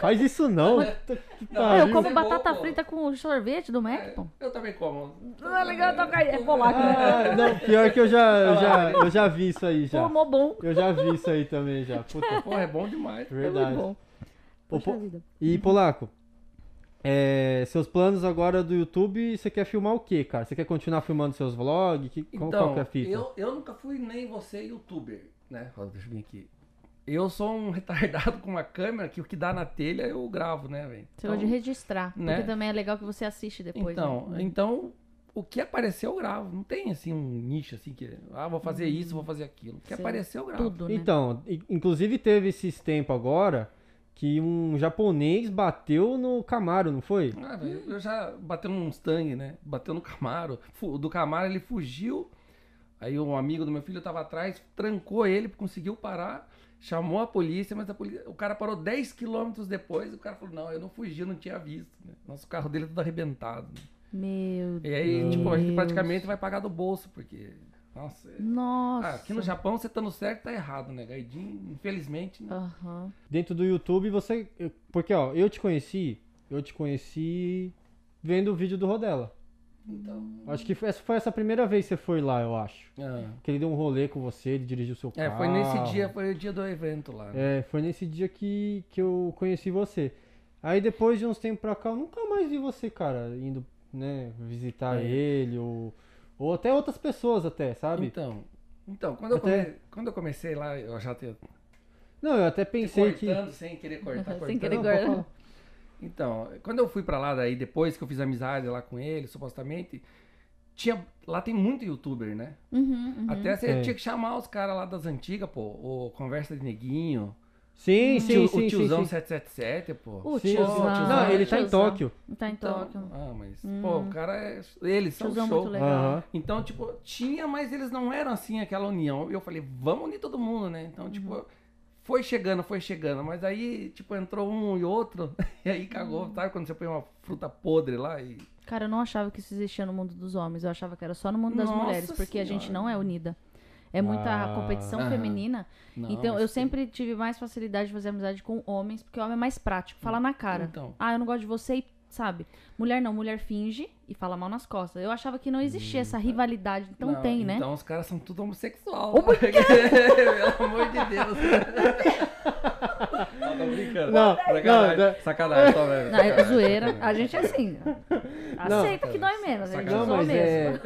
Faz isso não. Puta que
Ah,
Eu
pariu.
como
é
batata
bom, pô.
frita com sorvete do Mac, pô.
Eu também como.
Não é legal tocar é polaco, né?
Ah, não, pior que eu já, eu já, eu já vi isso aí já.
Formou bom.
Eu já vi isso aí também já. Puta,
Pô, é bom demais.
É muito
verdade.
bom.
Ô,
Poxa
po-
vida.
Uhum.
E Polaco, é, seus planos agora do YouTube, você quer filmar o quê, cara? Você quer continuar filmando seus vlogs? Que, qual, qual que é a fita?
Então, eu, eu nunca fui nem você youtuber, né? Ó, Deixa eu vir aqui. Eu sou um (laughs) retardado com uma câmera que o que dá na telha eu gravo, né, velho?
Você gosta de registrar,
né?
porque também é legal que você assiste depois.
Então,
né?
então, o que apareceu eu gravo. Não tem assim um nicho assim que, ah, vou fazer isso, vou fazer aquilo. O que
Uhum. Sim.
apareceu eu gravo.
tudo, né?
Então, i- inclusive teve esses tempos agora que um japonês bateu no Camaro, não foi?
Ah,
Uhum.
velho, eu já bateu num Mustang, né? Bateu no Camaro. Fu- Do Camaro ele fugiu. Aí um amigo do meu filho tava atrás, trancou ele, conseguiu parar, chamou a polícia, mas a polícia, o cara parou 10 quilômetros depois. O cara falou: Não, eu não fugi, eu não tinha visto. Né? Nosso carro dele é tudo arrebentado. né?
Meu
E
Deus.
aí, tipo, a gente praticamente vai pagar do bolso, porque. Nossa. é-
Nossa.
Ah, aqui no Japão, você estando certo, tá errado, né? Gaidin, infelizmente, né?
Aham.
Dentro do YouTube, você. eu- Porque, ó, eu te conheci, eu te conheci vendo o vídeo do Rodela.
Então.
Acho que foi essa, foi essa primeira vez que você foi lá, eu acho.
ah.
Que ele deu um rolê com você, ele dirigiu seu
É,
carro.
foi nesse dia, foi o dia do evento lá. né?
É, foi nesse dia que, que eu conheci você. Aí depois de uns tempos pra cá, eu nunca mais vi você, cara, indo, né, visitar
É.
ele ou, ou até outras pessoas até, sabe?
Então, então quando, eu
Até-
come- quando eu comecei lá, eu já te-
Não, eu até
Te
pensei que.
cortando sem querer cortar, cortando.
Sem querer
Não, pode falar.
cortar.
Então, quando eu fui pra lá daí, depois que eu fiz amizade lá com ele, supostamente, tinha, lá tem muito youtuber, né?
Uhum, uhum.
Até você
É.
tinha que chamar os caras lá das antigas, pô, o Conversa de Neguinho,
Sim,
Um tio-
sim, sim.
o
sim,
tiozão
sim.
777, pô.
O
Sim,
tiozão.
tiozão.
Não, ele tá em
tiozão.
Tóquio.
Tá em
Então,
Tóquio.
Ah, mas,
Hum.
pô, o cara é... Eles são
Tiozão
show.
muito legal.
Aham.
Então, tipo, tinha, mas eles não eram assim aquela união. E eu falei, vamos unir todo mundo, né? Então,
Uhum.
tipo, foi chegando, foi chegando. Mas aí, tipo, entrou um e outro, (laughs) e aí
Uhum.
cagou, sabe? Quando você põe uma fruta podre lá e.
Cara, eu não achava que isso existia no mundo dos homens. Eu achava que era só no mundo das
Nossa
mulheres, porque a gente
Senhora.
não é unida. É muita
Ah,
competição
aham.
feminina.
Não,
então,
mas
eu sempre tive mais facilidade de fazer amizade com homens, porque o homem é mais prático. Fala na cara.
Então.
Ah, eu não gosto de você e. Sabe? Mulher não, mulher finge e fala mal nas costas. Eu achava que não existia essa rivalidade. Então
Não,
tem, né?
Então os caras são tudo homossexual.
Oh my
(laughs) Pelo amor de
(laughs)
Deus. não, tô brincando.
Não, não,
sacanagem.
não.
Sacanagem, só velho.
Não, é
sacanagem.
zoeira.
(laughs)
A gente é assim. Aceita que dói menos. A gente
Sacanagem.
Não,
zoa
mas é.
(laughs) mesmo.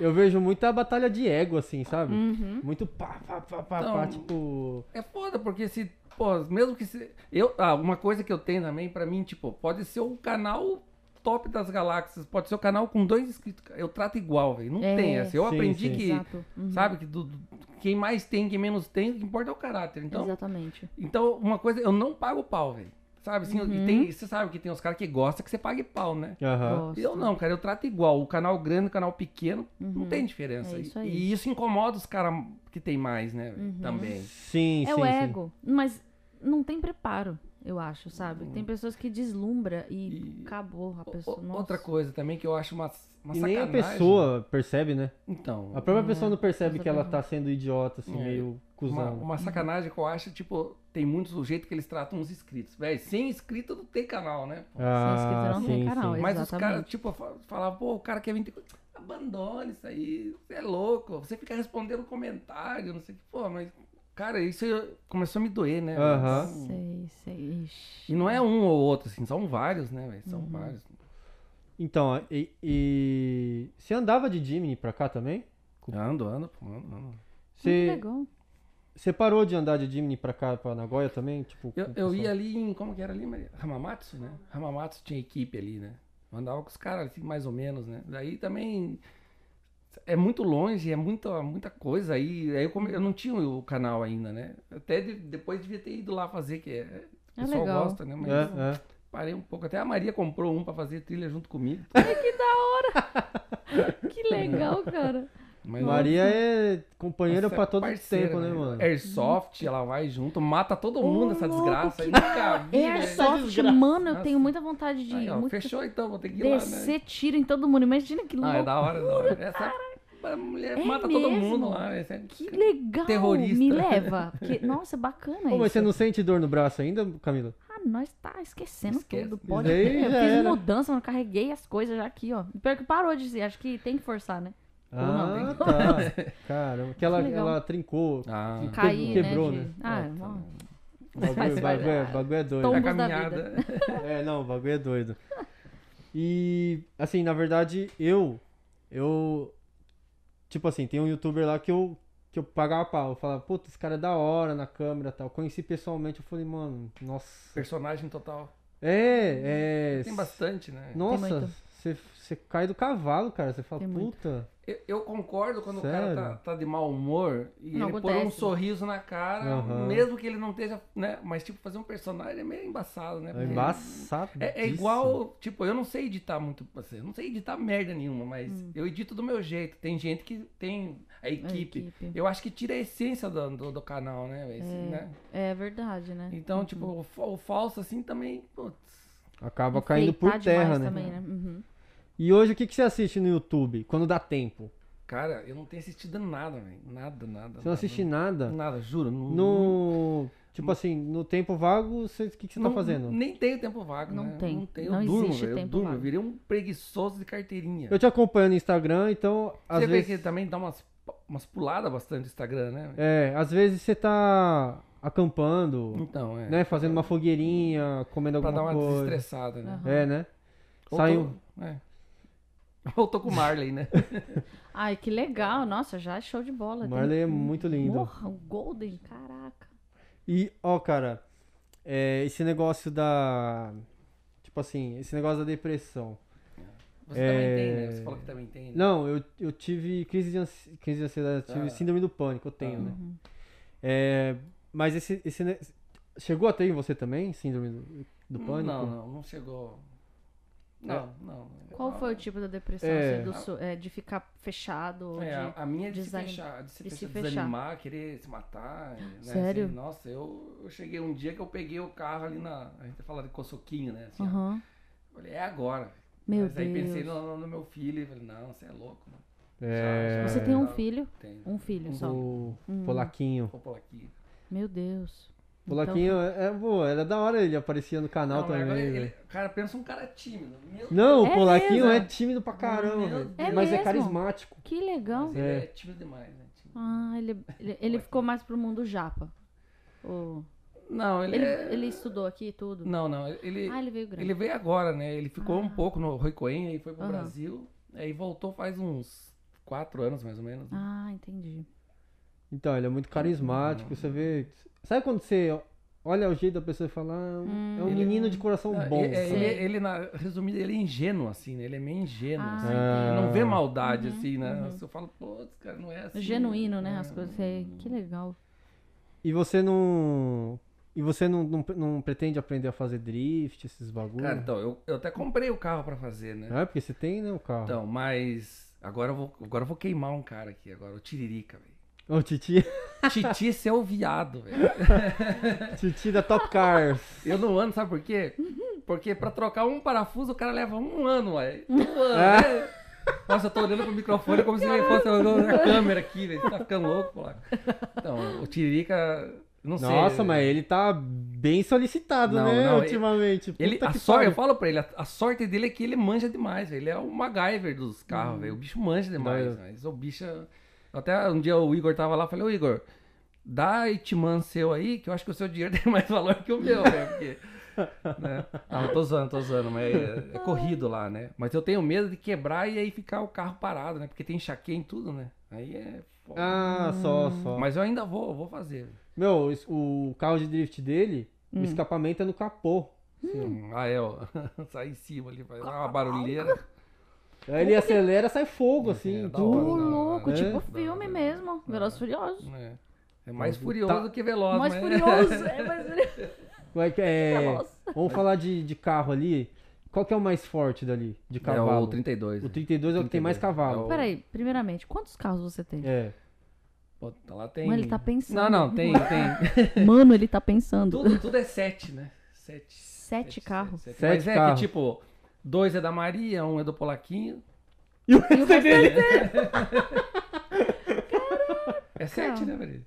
Eu vejo muita batalha de ego, assim,
é
sabe?
Uhum.
Muito pá, pá, pá, pá,
Então-
pá, tipo.
É foda, porque se. Pô, mesmo que se. Eu, ah, uma coisa que eu tenho também, pra mim, tipo, pode ser o canal top das galáxias, pode ser o canal com dois inscritos. cara, Eu trato igual, velho. Não
É.
tem essa. Eu
Sim,
aprendi
sim.
que.
Exato. Uhum.
Sabe? Que do- do- quem mais tem, quem menos tem, o que importa é o caráter. Então,
Exatamente.
então uma coisa, eu não pago pau, velho. Sabe? Assim, e tem, você sabe que tem uns caras que gostam que você pague pau, né?
Aham.
Uhum. Gosto.
Eu não, cara, eu trato igual. O canal grande, o canal pequeno, não tem diferença.
É isso
E-
aí. Uhum.
E isso incomoda os caras que tem mais, né? velho? Também.
Sim, sim.
É o
sim.
ego, mas não tem preparo, eu acho, sabe? Tem pessoas que deslumbra e,
Hum. E-
acabou a
O-
pessoa.
o-
Nossa.
Outra coisa também que eu acho uma, uma
E nem a
sacanagem.
pessoa percebe, né?
Então,
A própria pessoa não percebe
É, Essa
que ela
pergunta.
tá sendo idiota, assim,
É.
meio
uma,
cuzão.
uma sacanagem que eu acho, tipo, tem muitos o jeito que eles tratam os inscritos. Véi, sem inscrito não tem canal, né? pô?
Ah,
inscrito não tem canal,
sim.
é-
Mas os
exatamente.
caras, tipo, fa- falavam, pô, o cara quer 20. Abandone isso aí, você é louco, você fica respondendo comentário, não sei o que. Pô, mas, cara, isso começou a me doer, né?
Aham.
Sei, sei. Ixi.
E não é um ou outro, assim, são vários, né, velho?
Uhum.
São vários.
Então, e, e- Você andava de Jimny pra cá também?
Ando, ando, pô, ando, ando.
Muito
Você,
legal.
você parou de andar de Jimny pra cá, pra Nagoya também? Tipo,
Eu,
com o
eu
pessoal?
ia ali em. Como que era ali, Maria? Hamamatsu, né? Hamamatsu tinha equipe ali, né? Mandava com os caras, assim, mais ou menos, né? Daí também. É muito longe, é muita, muita coisa. Aí, aí eu, come- eu não tinha o canal ainda, né? Até de- depois devia ter ido lá fazer, que é. O
É
pessoal
legal.
gosta, né? Mas
É, é.
parei um pouco. Até a Maria comprou um pra fazer trilha junto comigo.
Que legal,
(laughs)
cara.
Mas
Maria é companheira
Nossa,
pra todo
parceira,
tempo, né,
velho?
É
mano?
Airsoft, ela vai junto, mata todo mundo essa
louco,
desgraça. aí
que
nunca vi, velho.
Airsoft, mano, eu
Nossa.
tenho muita vontade de
é Aí, ó,
muito
fechou então, vou ter que ir lá, né?
descer tiro em todo mundo. Imagina que louco.
Ah, é da hora, da hora. Essa a mulher
É
mata todo
mesmo?
mundo lá, né? Essa-
Que legal.
Terrorista.
Me leva.
(laughs)
Porque, nossa, é bacana
Pô, mas você
isso.
não sente dor no braço ainda, Camila?
Ah, nós tá esquecendo
Esquece.
tudo. Pode.
Isso aí
crer. eu
já
fiz
era.
mudança, não carreguei as coisas já aqui, ó. Pior que parou de ser. Acho que tem que forçar, né? Ou não,
Ah,
tem que-
tá. Caramba, que ela,
Que legal.
ela trincou.
Ah,
Quebra-
Cair,
quebrou,
né?
né?
de- Ah,
tá.
bom.
O bagulho,
Mas vai
bagulho é-
dar.
bagulho é doido.
Tom-
a
Tombos da
caminhada.
É, não, o bagulho é doido. E, assim, na verdade, eu. Eu. Tipo assim, tem um youtuber lá que eu. Que eu pagava pau. Eu falava, puta, esse cara é da hora na câmera e tal. Conheci pessoalmente, eu falei, mano, nossa.
(laughs) Personagem total.
É, é.
Tem bastante, né?
Tem
Nossa,
muito.
você você cai do cavalo, cara. Você fala,
Tem muito.
puta.
Eu, eu concordo quando o cara tá,
Sério?
tá de mau humor e
Não,
ele pôr
acontece,
um
né?
sorriso na cara,
Aham.
mesmo que ele não esteja, né? Mas, tipo, fazer um personagem é meio embaçado, né?
É
Porque-
embaçado.
É, é
disso.
igual, tipo, eu não sei editar muito, assim, eu não sei editar merda nenhuma, mas
Hum.
eu edito do meu jeito. Tem gente que tem a equipe.
É, equipe.
Eu acho que tira a essência do, do, do canal, né, esse, né?
É verdade, né?
Uhum.
Então, tipo, o, fa- o falso assim também, putz,
Acaba caindo por
Enfeitar
terra,
demais
né?
Também, né? Uhum.
E hoje o que, que você assiste no YouTube? Quando dá tempo?
cara, eu não tenho assistido nada, velho. Nada, nada.
Você não assiste nada?
Nada, juro. Não, Uhum.
No. Tipo assim, no tempo vago, você- o que, que você
não-
tá fazendo?
Nem tenho tempo vago,
Não
né?
tem.
Não tenho.
Não
eu durmo,
existe
velho,
tempo
eu durmo.
vago.
Eu virei um preguiçoso de carteirinha.
Eu te acompanho no Instagram, então. Às
Você vê
vezes,
que também dá umas, umas puladas bastante no Instagram, né? velho?
É, às vezes você tá acampando,
Então, é.
né? Fazendo uma fogueirinha, comendo
Pra
alguma
dar uma
coisa.
desestressada, né?
É, né?
Ou
Saiu.
tô- é. Ou tô com o Marley, né?
Ai, que legal. Nossa, já é show de bola.
Marley é muito lindo.
Porra, o Golden, caraca.
E, ó, cara, é, esse negócio da. Tipo assim, esse negócio da depressão.
Você também tem, né?
É.
Você falou que também tem. Né?
Não, eu, eu tive crise de, ansi- crise de ansiedade, eu tive
Ah.
síndrome do pânico, eu tenho,
Ah.
né?
Uhum.
É, mas esse, esse. ne- Chegou até em você também, síndrome do, do pânico?
Não, não, não chegou. Não, não.
Qual foi o tipo da depressão?
É.
assim, do so- é, de ficar fechado? ou
É, a-
de-
a minha é de,
desanim-
se fechar, de se
de se
fechar,
fechar.
desanimar, querer se matar. né?
Sério?
Assim, nossa, eu, eu cheguei um dia que eu peguei o carro ali na. A gente fala de coçoquinho, né? Assim, ó.
Aham.
Falei, é agora.
Meu
Mas aí
Deus.
pensei no, no- no meu filho e falei, não, você é louco, mano.
É,
Já, já.
Você tem um filho?
Tem.
Um filho só.
O
Hum.
Polaquinho.
Vou pular aqui.
Meu Deus. Então,
Polaquinho é, é, pô, era da hora ele aparecia no canal
mas
também. né?
agora ele-
velho.
cara, pensa um cara tímido. Meu
Não, o
É
Polaquinho
mesmo?
é tímido pra caramba,
Meu
velho.
Deus. É
mas é
mesmo?
carismático.
Que legal.
Mas ele
É.
é. tímido demais, né? Tímido.
Ah, ele, ele, ele ficou mais pro mundo japa. O-
Não, ele,
Ah. Ele,
é-
ele estudou aqui e tudo?
Não, não. Ele,
Ah, ele veio grande.
ele veio agora, né? Ele ficou um pouco no Rui Coen, aí foi pro
Ah. Aham.
Brasil. Aí voltou faz uns quatro anos, mais ou menos. né?
Ah, entendi.
Então, ele é muito carismático, você vê. Sabe quando você olha o jeito da pessoa e fala, ah, é um
Hum.
Ele-
menino de coração
Não,
bom.
ele, é-
sabe?
ele, ele, na, resumido, ele é ingênuo, assim, né? Ele é meio ingênuo.
Ah,
assim.
Ah.
Ele não vê maldade,
Uhum,
assim, né? Eu falo, pô, esse cara não é assim.
Genuíno, né? As
É.
coisas. é- Que legal.
E você não. E você não, não, não pretende aprender a fazer drift, esses bagulhos?
Cara, então, eu, eu até comprei o carro pra fazer, né?
Não é porque você tem, né, o carro.
Então, mas agora eu, vou, agora eu vou queimar um cara aqui, agora, o Tiririca, velho.
Ô, Titi, (laughs)
Titi, você é o viado, velho.
Titi da Top Cars.
Eu não ando, sabe por quê? Porque pra trocar um parafuso, o cara leva um ano, ué. Um ano,
Ah.
né? Nossa, eu tô olhando pro microfone como se ele fosse a câmera aqui, velho. Você tá ficando louco, pô. Então, o Tiririca, não sei. né?
Nossa, mas ele tá bem solicitado,
Não,
né,
não, ele-
ultimamente. Puta
Ele, a
que
sorte,
pariu.
eu falo pra ele, a, a sorte dele é que ele manja demais, velho. Ele é o MacGyver dos carros, velho. O bicho manja demais,
Hum. Doido.
mas o bicho... é- Até um dia o Igor tava lá, eu falei, ô Igor, dá Itman seu aí, que eu acho que o seu dinheiro (laughs) tem mais valor que o meu, velho. Porque... né? Ah, eu tô zoando, tô zoando, mas é, é corrido lá, né? Mas eu tenho medo de quebrar e aí ficar o carro parado, né? Porque tem enxaqueia em tudo, né? Aí é foda.
Ah, só, só.
Mas eu ainda vou, eu vou fazer. velho.
Meu, es- o carro de drift dele, o escapamento é no capô.
Ah, é, ó. (laughs) Sai em cima ali, faz uma barulheira.
Aí ele acelera, sai fogo, assim.
é da
Ô,
hora, da hora.
louco,
É.
tipo
Da
filme
hora.
mesmo. Veloz Furioso.
É. É mais furioso
Tá.
do que veloz,
Mais
né? (laughs)
furioso. É mais furioso.
Como é que é?
(laughs) Nossa.
Vamos falar de, de carro ali. Qual que é o mais forte dali, de
É o
cavalo?
32.
O 32 é o que tem mais
32.
cavalo.
É o-
Peraí, primeiramente, quantos carros você tem?
É.
Pô, tá lá tem...
Mano, ele tá pensando.
Não, não, tem,
(laughs)
tem.
Mano, ele tá pensando.
tudo, tudo é 7, né? 7.
Sete carros.
Sete,
Sete
Mas é
carros.
que, tipo, dois é da Maria, um é do Polaquinho.
E o resto é dele?
É 7, né, Maria?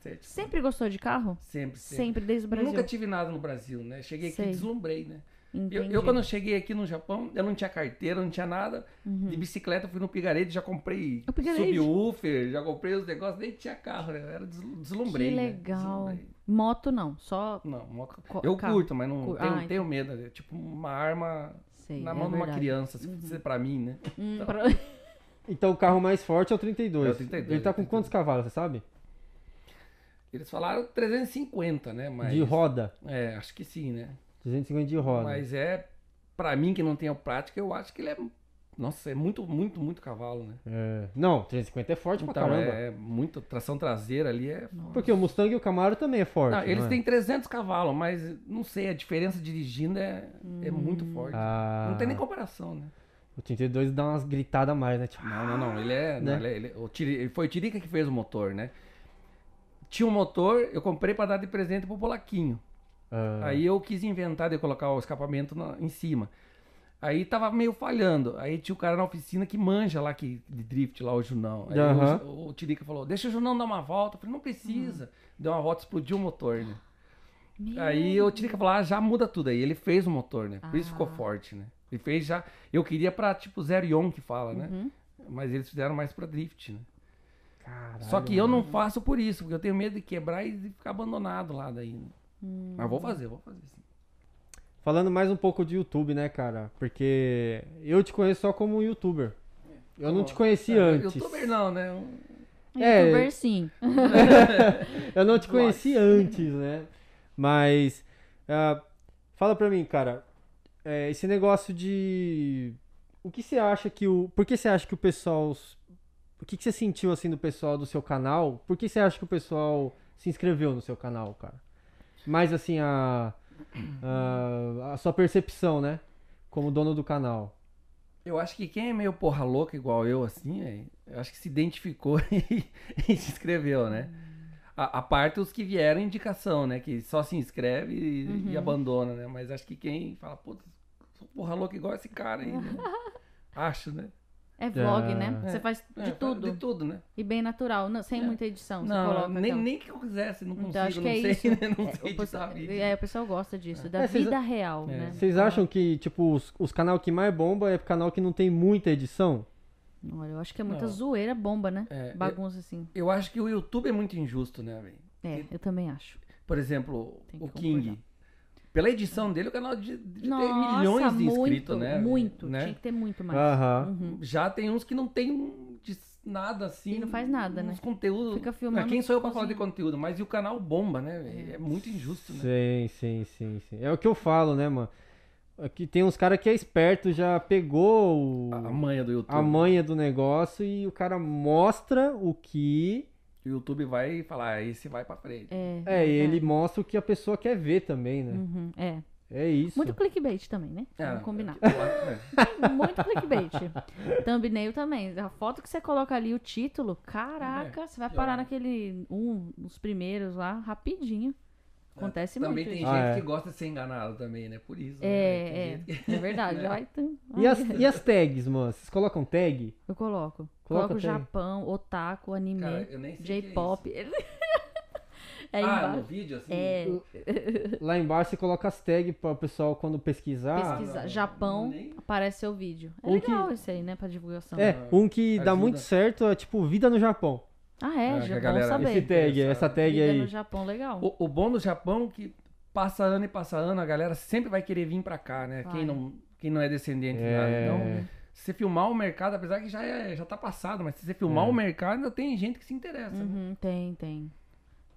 Sete.
Sempre gostou de carro?
Sempre, sempre.
Sempre, desde o Brasil.
Nunca tive nada no Brasil, né? Cheguei aqui
Sei.
e deslumbrei, né? Eu,
Entendi.
eu, quando eu cheguei aqui no Japão, eu não tinha carteira, não tinha nada. De bicicleta, eu fui no Pigarede, já comprei
Uhum. O Pigarede.
subwoofer, já comprei os negócios, nem tinha carro, né? Eu Era des- deslumbrei,
Que
né?
legal.
Deslumbrei.
Moto não, só
Não, moto.
Co-
eu
carro.
curto, mas não
Cur-
tenho,
Ah, entendi.
tenho medo. É tipo uma arma
sei.
na
é
mão de uma
verdade.
criança, se for pra mim, né?
Hum,
Então,
pra-
(laughs) Então o carro mais forte é o 32.
É o 32,
Ele tá com
32.
quantos cavalos, você sabe?
Eles falaram 350, né? Mas,
De roda.
É, acho que sim, né?
350 de roda.
Mas é, pra mim que não tenho prática, eu acho que ele é. Nossa, é muito, muito, muito cavalo, né?
É. Não, 350 é forte pra
Então,
caramba.
é, muito. Tração traseira ali é.
Porque o Mustang e o Camaro também é forte.
Não, eles
não é?
têm 300 cavalos, mas não sei, a diferença dirigindo é, é muito forte.
Ah,
Não tem nem comparação, né?
O 32 dá umas gritadas a mais, né? Tipo,
Não, não, não. Ele é.
Né?
não, ele é- ele- o Tiri- ele foi o Tirica que fez o motor, né? Tinha um motor, eu comprei pra dar de presente pro Polaquinho.
ah,
Aí eu quis inventar de colocar o escapamento na- em cima. Aí tava meio falhando. Aí tinha o cara na oficina que manja lá que, de drift, lá o Junão. Aí
Aham.
o, o Tirica falou: Deixa o Junão dar uma volta. Eu falei: Não precisa. Deu uma volta, explodiu o motor, né?
Meu (laughs)
Aí o Tirica falou: Ah, já muda tudo. Aí ele fez o motor, né? Por isso ficou
Ah.
forte, né? Ele fez já. Eu queria pra tipo 01 que fala, né?
Uhum.
Mas eles fizeram mais pra drift, né?
caralho,
Só que eu não faço por isso, porque eu tenho medo de quebrar e de ficar abandonado lá daí. né? Mas vou fazer, vou fazer sim.
Falando mais um pouco de YouTube, né, cara? Porque um eu te conheço só como youtuber. Eu não te conheci
É,
antes.
Youtuber não, né? Um-
É.
Youtuber sim.
Eu não te conheci antes, né? Mas. ah, fala pra mim, cara. é, esse negócio de. O que você acha que o. Por que você acha que o pessoal. O que, que você sentiu assim do pessoal do seu canal? Por que você acha que o pessoal se inscreveu no seu canal, cara? Mais assim, a. A, a sua percepção, né? Como dono do canal.
Eu acho que quem é meio porra louca igual eu, assim, é, eu acho que se identificou (laughs) e, e se inscreveu, né? A, a parte os que vieram indicação, né? Que só se inscreve e, e
Uhum.
abandona, né? Mas acho que quem fala, puta, sou porra louca igual esse cara aí,
(laughs)
né? Acho, né?
É vlog,
É.
né?
É.
Você faz
É,
de
fala
tudo.
De tudo, né?
E bem natural, não- sem
É.
muita edição. você
não,
coloca então.
nem,
aquela-
nem que eu quisesse, não consigo,
Então acho que
não
é
sei,
isso.
né? Não
É,
sei
o, pessoal,
editar vídeo.
é, o pessoal gosta disso, da
É, vocês-
vida real,
É.
né?
Vocês acham que, tipo, os, os canal que mais bomba é canal que não tem muita edição?
Olha, eu acho que é muita
Não.
zoeira bomba, né?
É,
Bagunça assim.
Eu acho que o YouTube é muito injusto, né, velho?
É, eu também acho.
Por exemplo,
Tem que
o King.
concordar.
Pela edição dele, o canal de, de ter
Nossa,
milhões de
muito,
inscritos, né? velho?
Muito,
Né?
tinha que ter muito mais.
Aham.
Uhum.
Já tem uns que não tem um de nada assim.
E não faz nada,
uns
né?
conteúdos.
Fica filmando
Ah, quem sou eu pra
sozinho.
falar de conteúdo? Mas e o canal bomba, né? velho? É, muito injusto, né?
Sim, sim, sim, sim. É o que eu falo, né, mano? Aqui tem uns cara que é esperto, já pegou o-
A manha do YouTube.
a manha do negócio e o cara mostra o que.
O YouTube vai falar, "Ah, esse vai pra frente.
É,
É, e ele
verdade.
mostra o que a pessoa quer ver também, né?
Uhum, é.
É isso.
Muito clickbait também, né?
Ah,
Vamos combinar.
eu-
(laughs)
eu- é.
Muito clickbait. (laughs) Thumbnail também. A foto que você coloca ali, o título, caraca, você vai
pior,
parar
né?
naquele um, nos primeiros lá, rapidinho. Acontece muito.
É, Também tem
isso.
gente
Ah, é.
que gosta de ser enganado também, né? Por isso. né, velho? Tem
É,
gente-
é, é
(laughs)
verdade.
né?
Ai, tu-
E
ai,
as, e as tags, mano? Vocês colocam tag?
Eu coloco.
Coloca
coloco
tag.
Japão, otaku, anime,
Cara, eu nem sei o que é
J-pop. (laughs)
ah,
É,
no
embaixo.
vídeo, assim?
É,
Lá embaixo você coloca as tags para o pessoal quando pesquisar.
pesquisa.
Ah, não,
Japão,
nem-
aparece seu vídeo. É
Ou
legal isso aí, né? Pra divulgação.
É, um que dá
Ajuda.
muito certo é tipo vida no Japão.
Ah, é,
Ah, que a
já bom
galera-
saber.
Esse tag, essa tag
Vida
aí.
no Japão, legal.
O, o bom do Japão é que passa ano e passa ano, a galera sempre vai querer vir pra cá, né?
Vai.
Quem não, quem não é descendente de nada.
É.
Então, se você filmar o mercado, apesar que já, é, já tá passado, mas se você filmar
É.
o mercado, ainda tem gente que se interessa. né?
Uhum, tem, tem.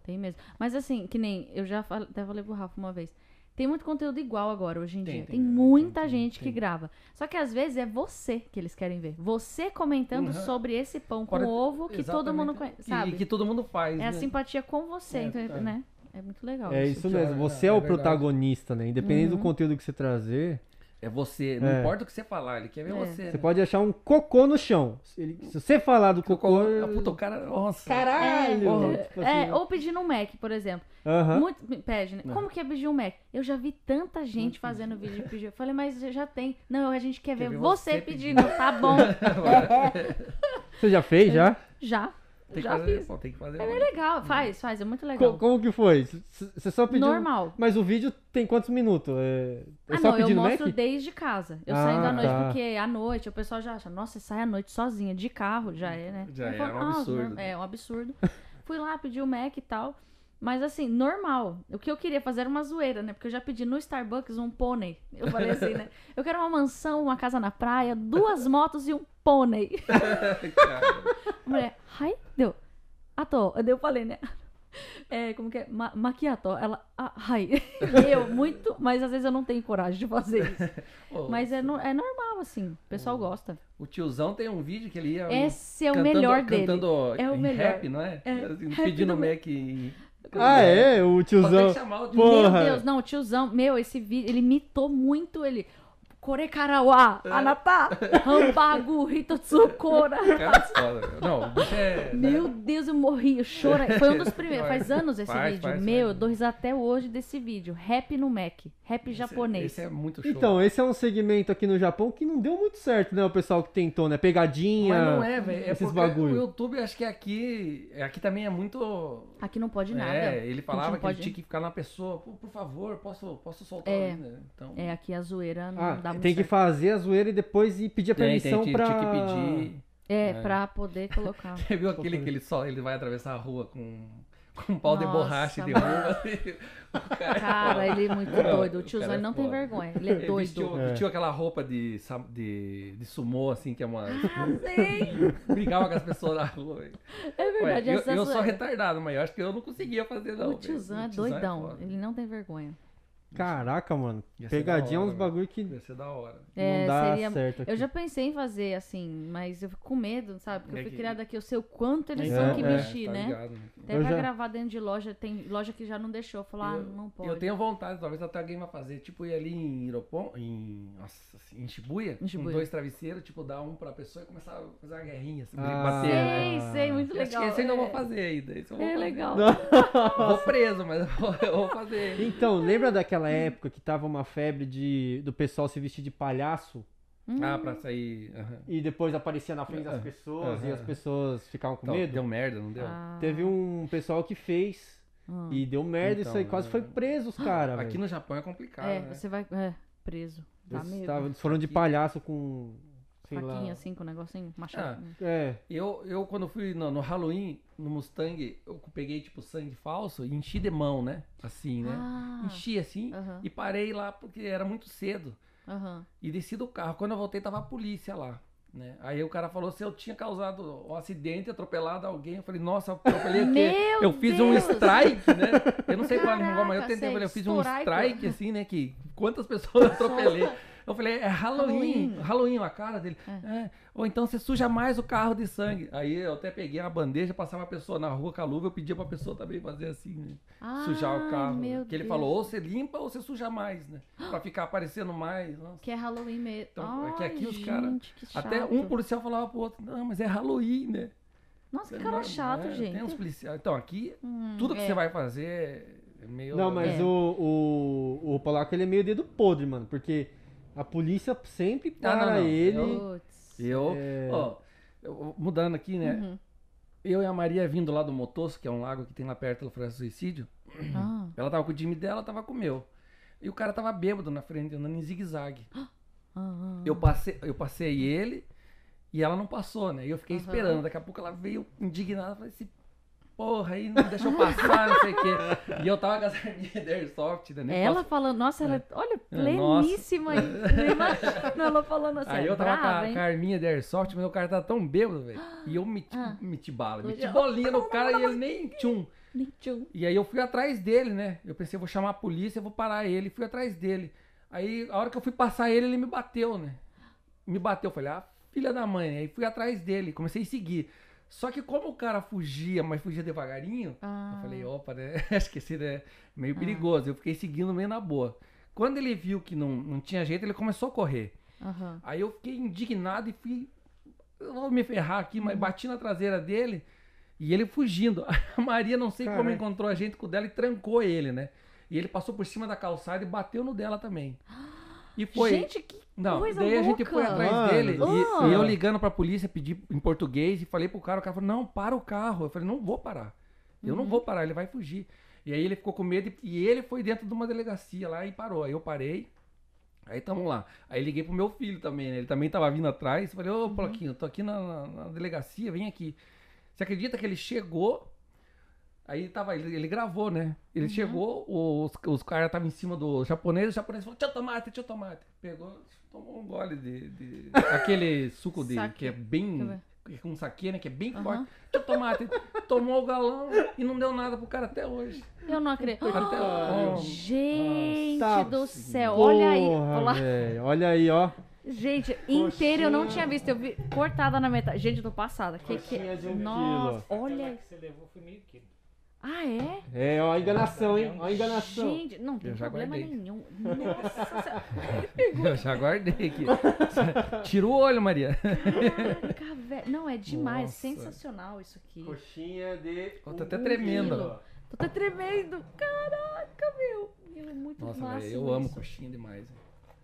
Tem mesmo. Mas assim, que nem eu já fal- até falei pro Rafa uma vez. Tem muito conteúdo igual agora, hoje em
Tem,
dia. Tem,
tem, tem,
muita
tem,
gente
tem.
que grava. Só que às vezes é você que eles querem ver. Você comentando
Uhum.
sobre esse pão com
Pode-
ovo que todo mundo
Exatamente.
conhece,
Que-
sabe?
E que todo mundo faz.
É a
né?
simpatia com você,
É,
então,
é.
né? É muito legal.
É isso
Funciona,
mesmo.
né?
Você é,
É
o
verdade.
protagonista, né? Independente do
Uhum.
conteúdo que você trazer.
É você. Não
É.
importa o que você falar, ele quer ver
É.
você.
Você
né?
pode achar um cocô no chão. Se, ele- se você falar do
Porque o
cocô.
cara- puta, o cara. Nossa. (laughs)
Caralho!
Porra,
É,
Tipo
é,
né?
assim,
ou pedir no Mac, por exemplo.
aham.
Muito me pede, né?
É.
Como que é pedir um Mac? Eu já vi tanta gente fazendo vídeo de pedir. Eu falei, mas já tem. Não, a gente quer, ver, você, pedindo. Tá
(laughs)
bom. (laughs)
(laughs) Você já fez já?
Já.
tem, que
já
fazer,
fiz.
pô, tem que fazer.
É bem legal. Faz, faz. É muito
Então, né? Co-
legal.
como que foi? C- Você só pediu.
Normal.
Mas o vídeo tem quantos minutos? É, é
Ah,
só
não, eu
pedindo Mac?
mostro desde casa. Eu
Ah,
saio da noite,
tá.
porque à noite o pessoal já acha, nossa, sai à noite sozinha, de carro, já é, né?
Já
Eu
é,
falo,
é um
"Nossa,
absurdo."
né? É um absurdo. (laughs) Fui lá, pedi o Mac e tal. Mas assim, normal. O que eu queria fazer era uma zoeira, né? Porque eu já pedi no Starbucks um pônei. Eu falei
(laughs)
assim, né? Eu quero uma mansão, uma casa na praia, duas motos e um pônei.
(laughs) Cara,
A mulher, ai, deu. Ato, daí eu falei, né? (laughs) É, como que é? Ma maquiato. Ela, ah, (laughs) ai. Eu, muito, mas às vezes eu não tenho coragem de fazer isso.
pô,
Mas é, no- é normal, assim. O pessoal gosta.
O tiozão tem um vídeo que ele ia.
Esse é o
cantando-
melhor dele.
Cantando
É o
em
melhor.
rap, não é?
É,
Assim,
rap
Pedindo
no-
Mac e.
Ah, é? O
Pode
tiozão.
chamar o
Pô,
tio.
Porra.
Meu Deus, não, o tiozão, meu, esse vídeo, ele mitou muito ele. Korekarauá,
É.
Anatá, Rambagu,
(laughs)
Hitotsukora.
Cara, é foda. cara. Não, o bicho é.
Meu Deus, eu morri, eu chorei. Foi um dos primeiros, faz anos esse
Faz,
vídeo.
faz,
meu,
faz.
eu dou risada até hoje desse vídeo. Rap no Mac, rap
Esse-
japonês.
Esse é muito show.
Então, esse é um segmento aqui no Japão que não deu muito certo, né? O pessoal que tentou, né? Pegadinha.
Mas não é, velho. É
esses
porque
bagulho.
O YouTube, acho que aqui. Aqui também é muito.
Aqui não pode nada.
É, ele falava
não
que ele
pode-
tinha que ficar na pessoa. Pô, por favor, posso, posso soltar
É.
ainda? Então.
É, aqui a zoeira não
Ah,
dá muito
tem que
certo.
fazer a zoeira e depois ir pedir a
Tem,
permissão
tem,
pra.
tinha que pedir.
É,
É.
pra poder colocar.
(laughs) Você viu aquele que ele só ele vai atravessar a rua com, com um pau de
Nossa,
borracha e de
mano.
uva. assim. (laughs) O cara,
Cara, ele é muito
Não,
doido. O
o
tiozão
cara é
ele não tem
foda.
vergonha. Ele é doido.
Vestiu,
É.
vestiu aquela roupa de, sam- de, de sumô, assim, que é uma. (laughs)
Ah, sim.
brigava com as pessoas na rua. velho.
É
Ué,
verdade.
eu,
essa
eu sou
zoeira.
retardado, mas eu acho que eu não conseguia fazer, não.
O tiozão é
velho. O tiozão
doidão.
foda.
ele não tem vergonha.
Caraca, mano.
Ia ser
Pegadinha é
da hora,
uns bagulho que
Ia ser da hora.
É,
não dá
seria-
certo aqui.
Eu já pensei em fazer assim, mas eu fico com medo, sabe? Porque eu
É
fui
que-
criada aqui, eu sei o quanto eles
É,
são que
é,
mexi,
tá
né?
ligado, né?
Até
Eu
pra
já-
gravar dentro de loja, tem loja que já não deixou. Falar, ah,
Eu-
não pode.
Eu tenho vontade, talvez até alguém vai fazer. Tipo, ir ali em Iropon, em. Nossa, assim, em Shibuya,
Em Shibuya.
com dois travesseiros, tipo, dar um pra pessoa e começar a fazer uma guerrinha, assim,
Ah,
bater. né?
Sei, sei, muito
Acho que
legal.
Esse ainda eu
é.
vou fazer ainda. Esse eu vou
É
fazer.
legal.
Vou preso, mas eu vou, eu vou fazer.
Então, lembra daquela época que tava uma febre de do pessoal se vestir de palhaço
Hum,
Ah, pra sair. aham.
e depois aparecia na frente das
Aham.
pessoas e
Aham.
as pessoas ficavam com
Então,
medo?
Deu merda, não deu?
ah,
Teve um pessoal que fez
ah.
e deu merda
Então,
isso aí, quase
é.
foi preso os caras.
Aqui no Japão é complicado,
É,
né?
você vai é, preso. Dá medo.
Eles foram de palhaço com sei lá.
Faquinha assim, com um negocinho,
Ah,
machado.
É.
Eu, eu quando fui no, no Halloween, no Mustang, eu peguei tipo sangue falso e enchi de mão, né? Assim, né?
Ah,
Enchi assim
aham,
e parei lá porque era muito cedo.
aham.
E desci do carro. Quando eu voltei, tava a polícia lá. Né? Aí o cara falou se eu tinha causado um acidente, atropelado alguém. Eu falei, nossa, eu
(laughs)
atropelei o quê?
Meu
Eu fiz um
Deus!
strike, né? Eu não sei qual é a língua, mas eu
Caraca,
tentei. Eu falei, eu fiz um
sei,
strike, assim, né? Que quantas pessoas eu atropelei. Eu falei, é Halloween,
Halloween.
Halloween, a cara dele. "É, Ou então você suja mais o carro de sangue. Aí eu até peguei uma bandeja, passava uma pessoa na rua com a luva, eu pedia pra pessoa também fazer assim, né? sujar
Ai,
o carro.
meu
Porque ele
Deus.
falou, ou você limpa ou você suja mais, né? Pra ficar aparecendo mais. Nossa.
Que é Halloween mesmo.
Então, é que
Ai,
aqui os
gente,
cara-
que chato.
Até um policial falava pro outro, não, mas é Halloween, né?
Nossa, que
Não,
cara chato,
é,
gente.
Tem uns policiais. Então, aqui,
Hum,
tudo que
é.
você vai fazer é meio.
Não, mas
É.
o, o, o polaco ele é meio dedo podre, mano, porque a polícia
Ah,
sempre para
não, não.
ele.
Putz.
Eu,
É.
ó, eu- mudando aqui, né?
Uhum.
Eu e a Maria vindo lá do Motosso, que é um lago que tem lá perto do Floresta do Suicídio,
Ah.
ela tava com o Jimmy dela, tava com o meu. E o cara tava bêbado na frente, andando em zigue-zague.
Ah, ah,
Eu passei, eu passei ele e ela não passou, né? E eu fiquei
Aham.
esperando. Daqui a pouco ela veio indignada, falei assim, porra, aí não deixou passar, não sei o quê. E eu tava com a sardinha da Airsoft, né? Nem
Ela
posso-
falando, nossa, ela, olha,
É, nossa. (laughs)
pleníssima. aí. Não imagino ela falando assim,
Aí
é
eu tava com
brava,
a,
hein?
com a arminha de airsoft, mas o cara tava tão bêbado, velho. E eu meti,
Ah.
meti bala, meti
Legal.
bolinha no cara e ele nem tchum.
Nem tchum.
E aí eu fui atrás dele, né? Eu pensei, vou chamar a polícia, eu vou parar ele. Fui atrás dele. Aí, a hora que eu fui passar ele, ele me bateu, né? Me bateu. Eu Falei, ah, filha da mãe. Aí fui atrás dele, comecei a seguir. Só que como o cara fugia, mas fugia devagarinho,
Ah.
eu falei, opa, né? (laughs) Esqueci, né? Meio perigoso. Eu fiquei seguindo meio na boa. Quando ele viu que não, não tinha jeito, ele começou a correr.
Aham.
Aí eu fiquei indignado e fui. Eu vou me ferrar aqui,
Hum.
mas bati na traseira dele e ele fugindo. (laughs) A Maria, não sei como
Caraca.
encontrou a gente com o dela e trancou ele, né? E ele passou por cima da calçada e bateu no dela também. E foi.
Gente, que
não,
coisa
daí a gente
louca.
foi atrás
Mano
dele e-
do
céu.
e, eu ligando pra polícia, pedi em português e falei pro cara, o cara falou: "Não, para o carro". Eu falei: "Não vou parar. Eu
Uhum.
não vou parar, ele vai fugir". E aí ele ficou com medo e- e ele foi dentro de uma delegacia lá e parou. Aí eu parei. Aí tamo lá. Aí liguei pro meu filho também, né? Ele também tava vindo atrás. Falei,
Uhum.
ô, Ploquinho, tô aqui na, na- na delegacia, vem aqui. Você acredita que ele chegou? Aí tava, ele, ele gravou, né?
Uhum.
Ele chegou, os, os caras estavam em cima do japonês, o japonês falou, tio tomate, tio tomate. Pegou, tomou um gole de.
(laughs)
de- aquele suco de.
Saque.
que é
Deixa eu
bem.
ver.
que é Com saque, né? Que é bem
Aham.
forte. Tio tomate. Tomou o galão e não deu nada pro cara até hoje.
eu
(laughs)
não acredito.
Até
Oh,
hoje.
gente
Tá,
do céu, olha aí.
Porra,
Olá.
velho, Olha aí, ó.
Gente, inteiro eu não tinha visto. Eu vi cortada na metade. Gente, eu tô passada. Que, que...
Coxinha de um
Nossa,
Aquela
olha.
que você levou foi meio quilo.
Ah, é?
É, ó a enganação, hein? Ó a enganação.
Gente, não tem
Eu já
problema
guardei.
nenhum. Nossa senhora.
(laughs) Eu já guardei aqui. Tira o olho, Maria.
Caraca, velho. Não, é demais.
Nossa.
Sensacional isso aqui.
Coxinha de.
Ó, tá até tremendo.
quilo.
Tô até tremendo. Caraca, meu. Meu, é muito
Nossa,
máximo
velho, eu amo
isso.
coxinha demais. velho.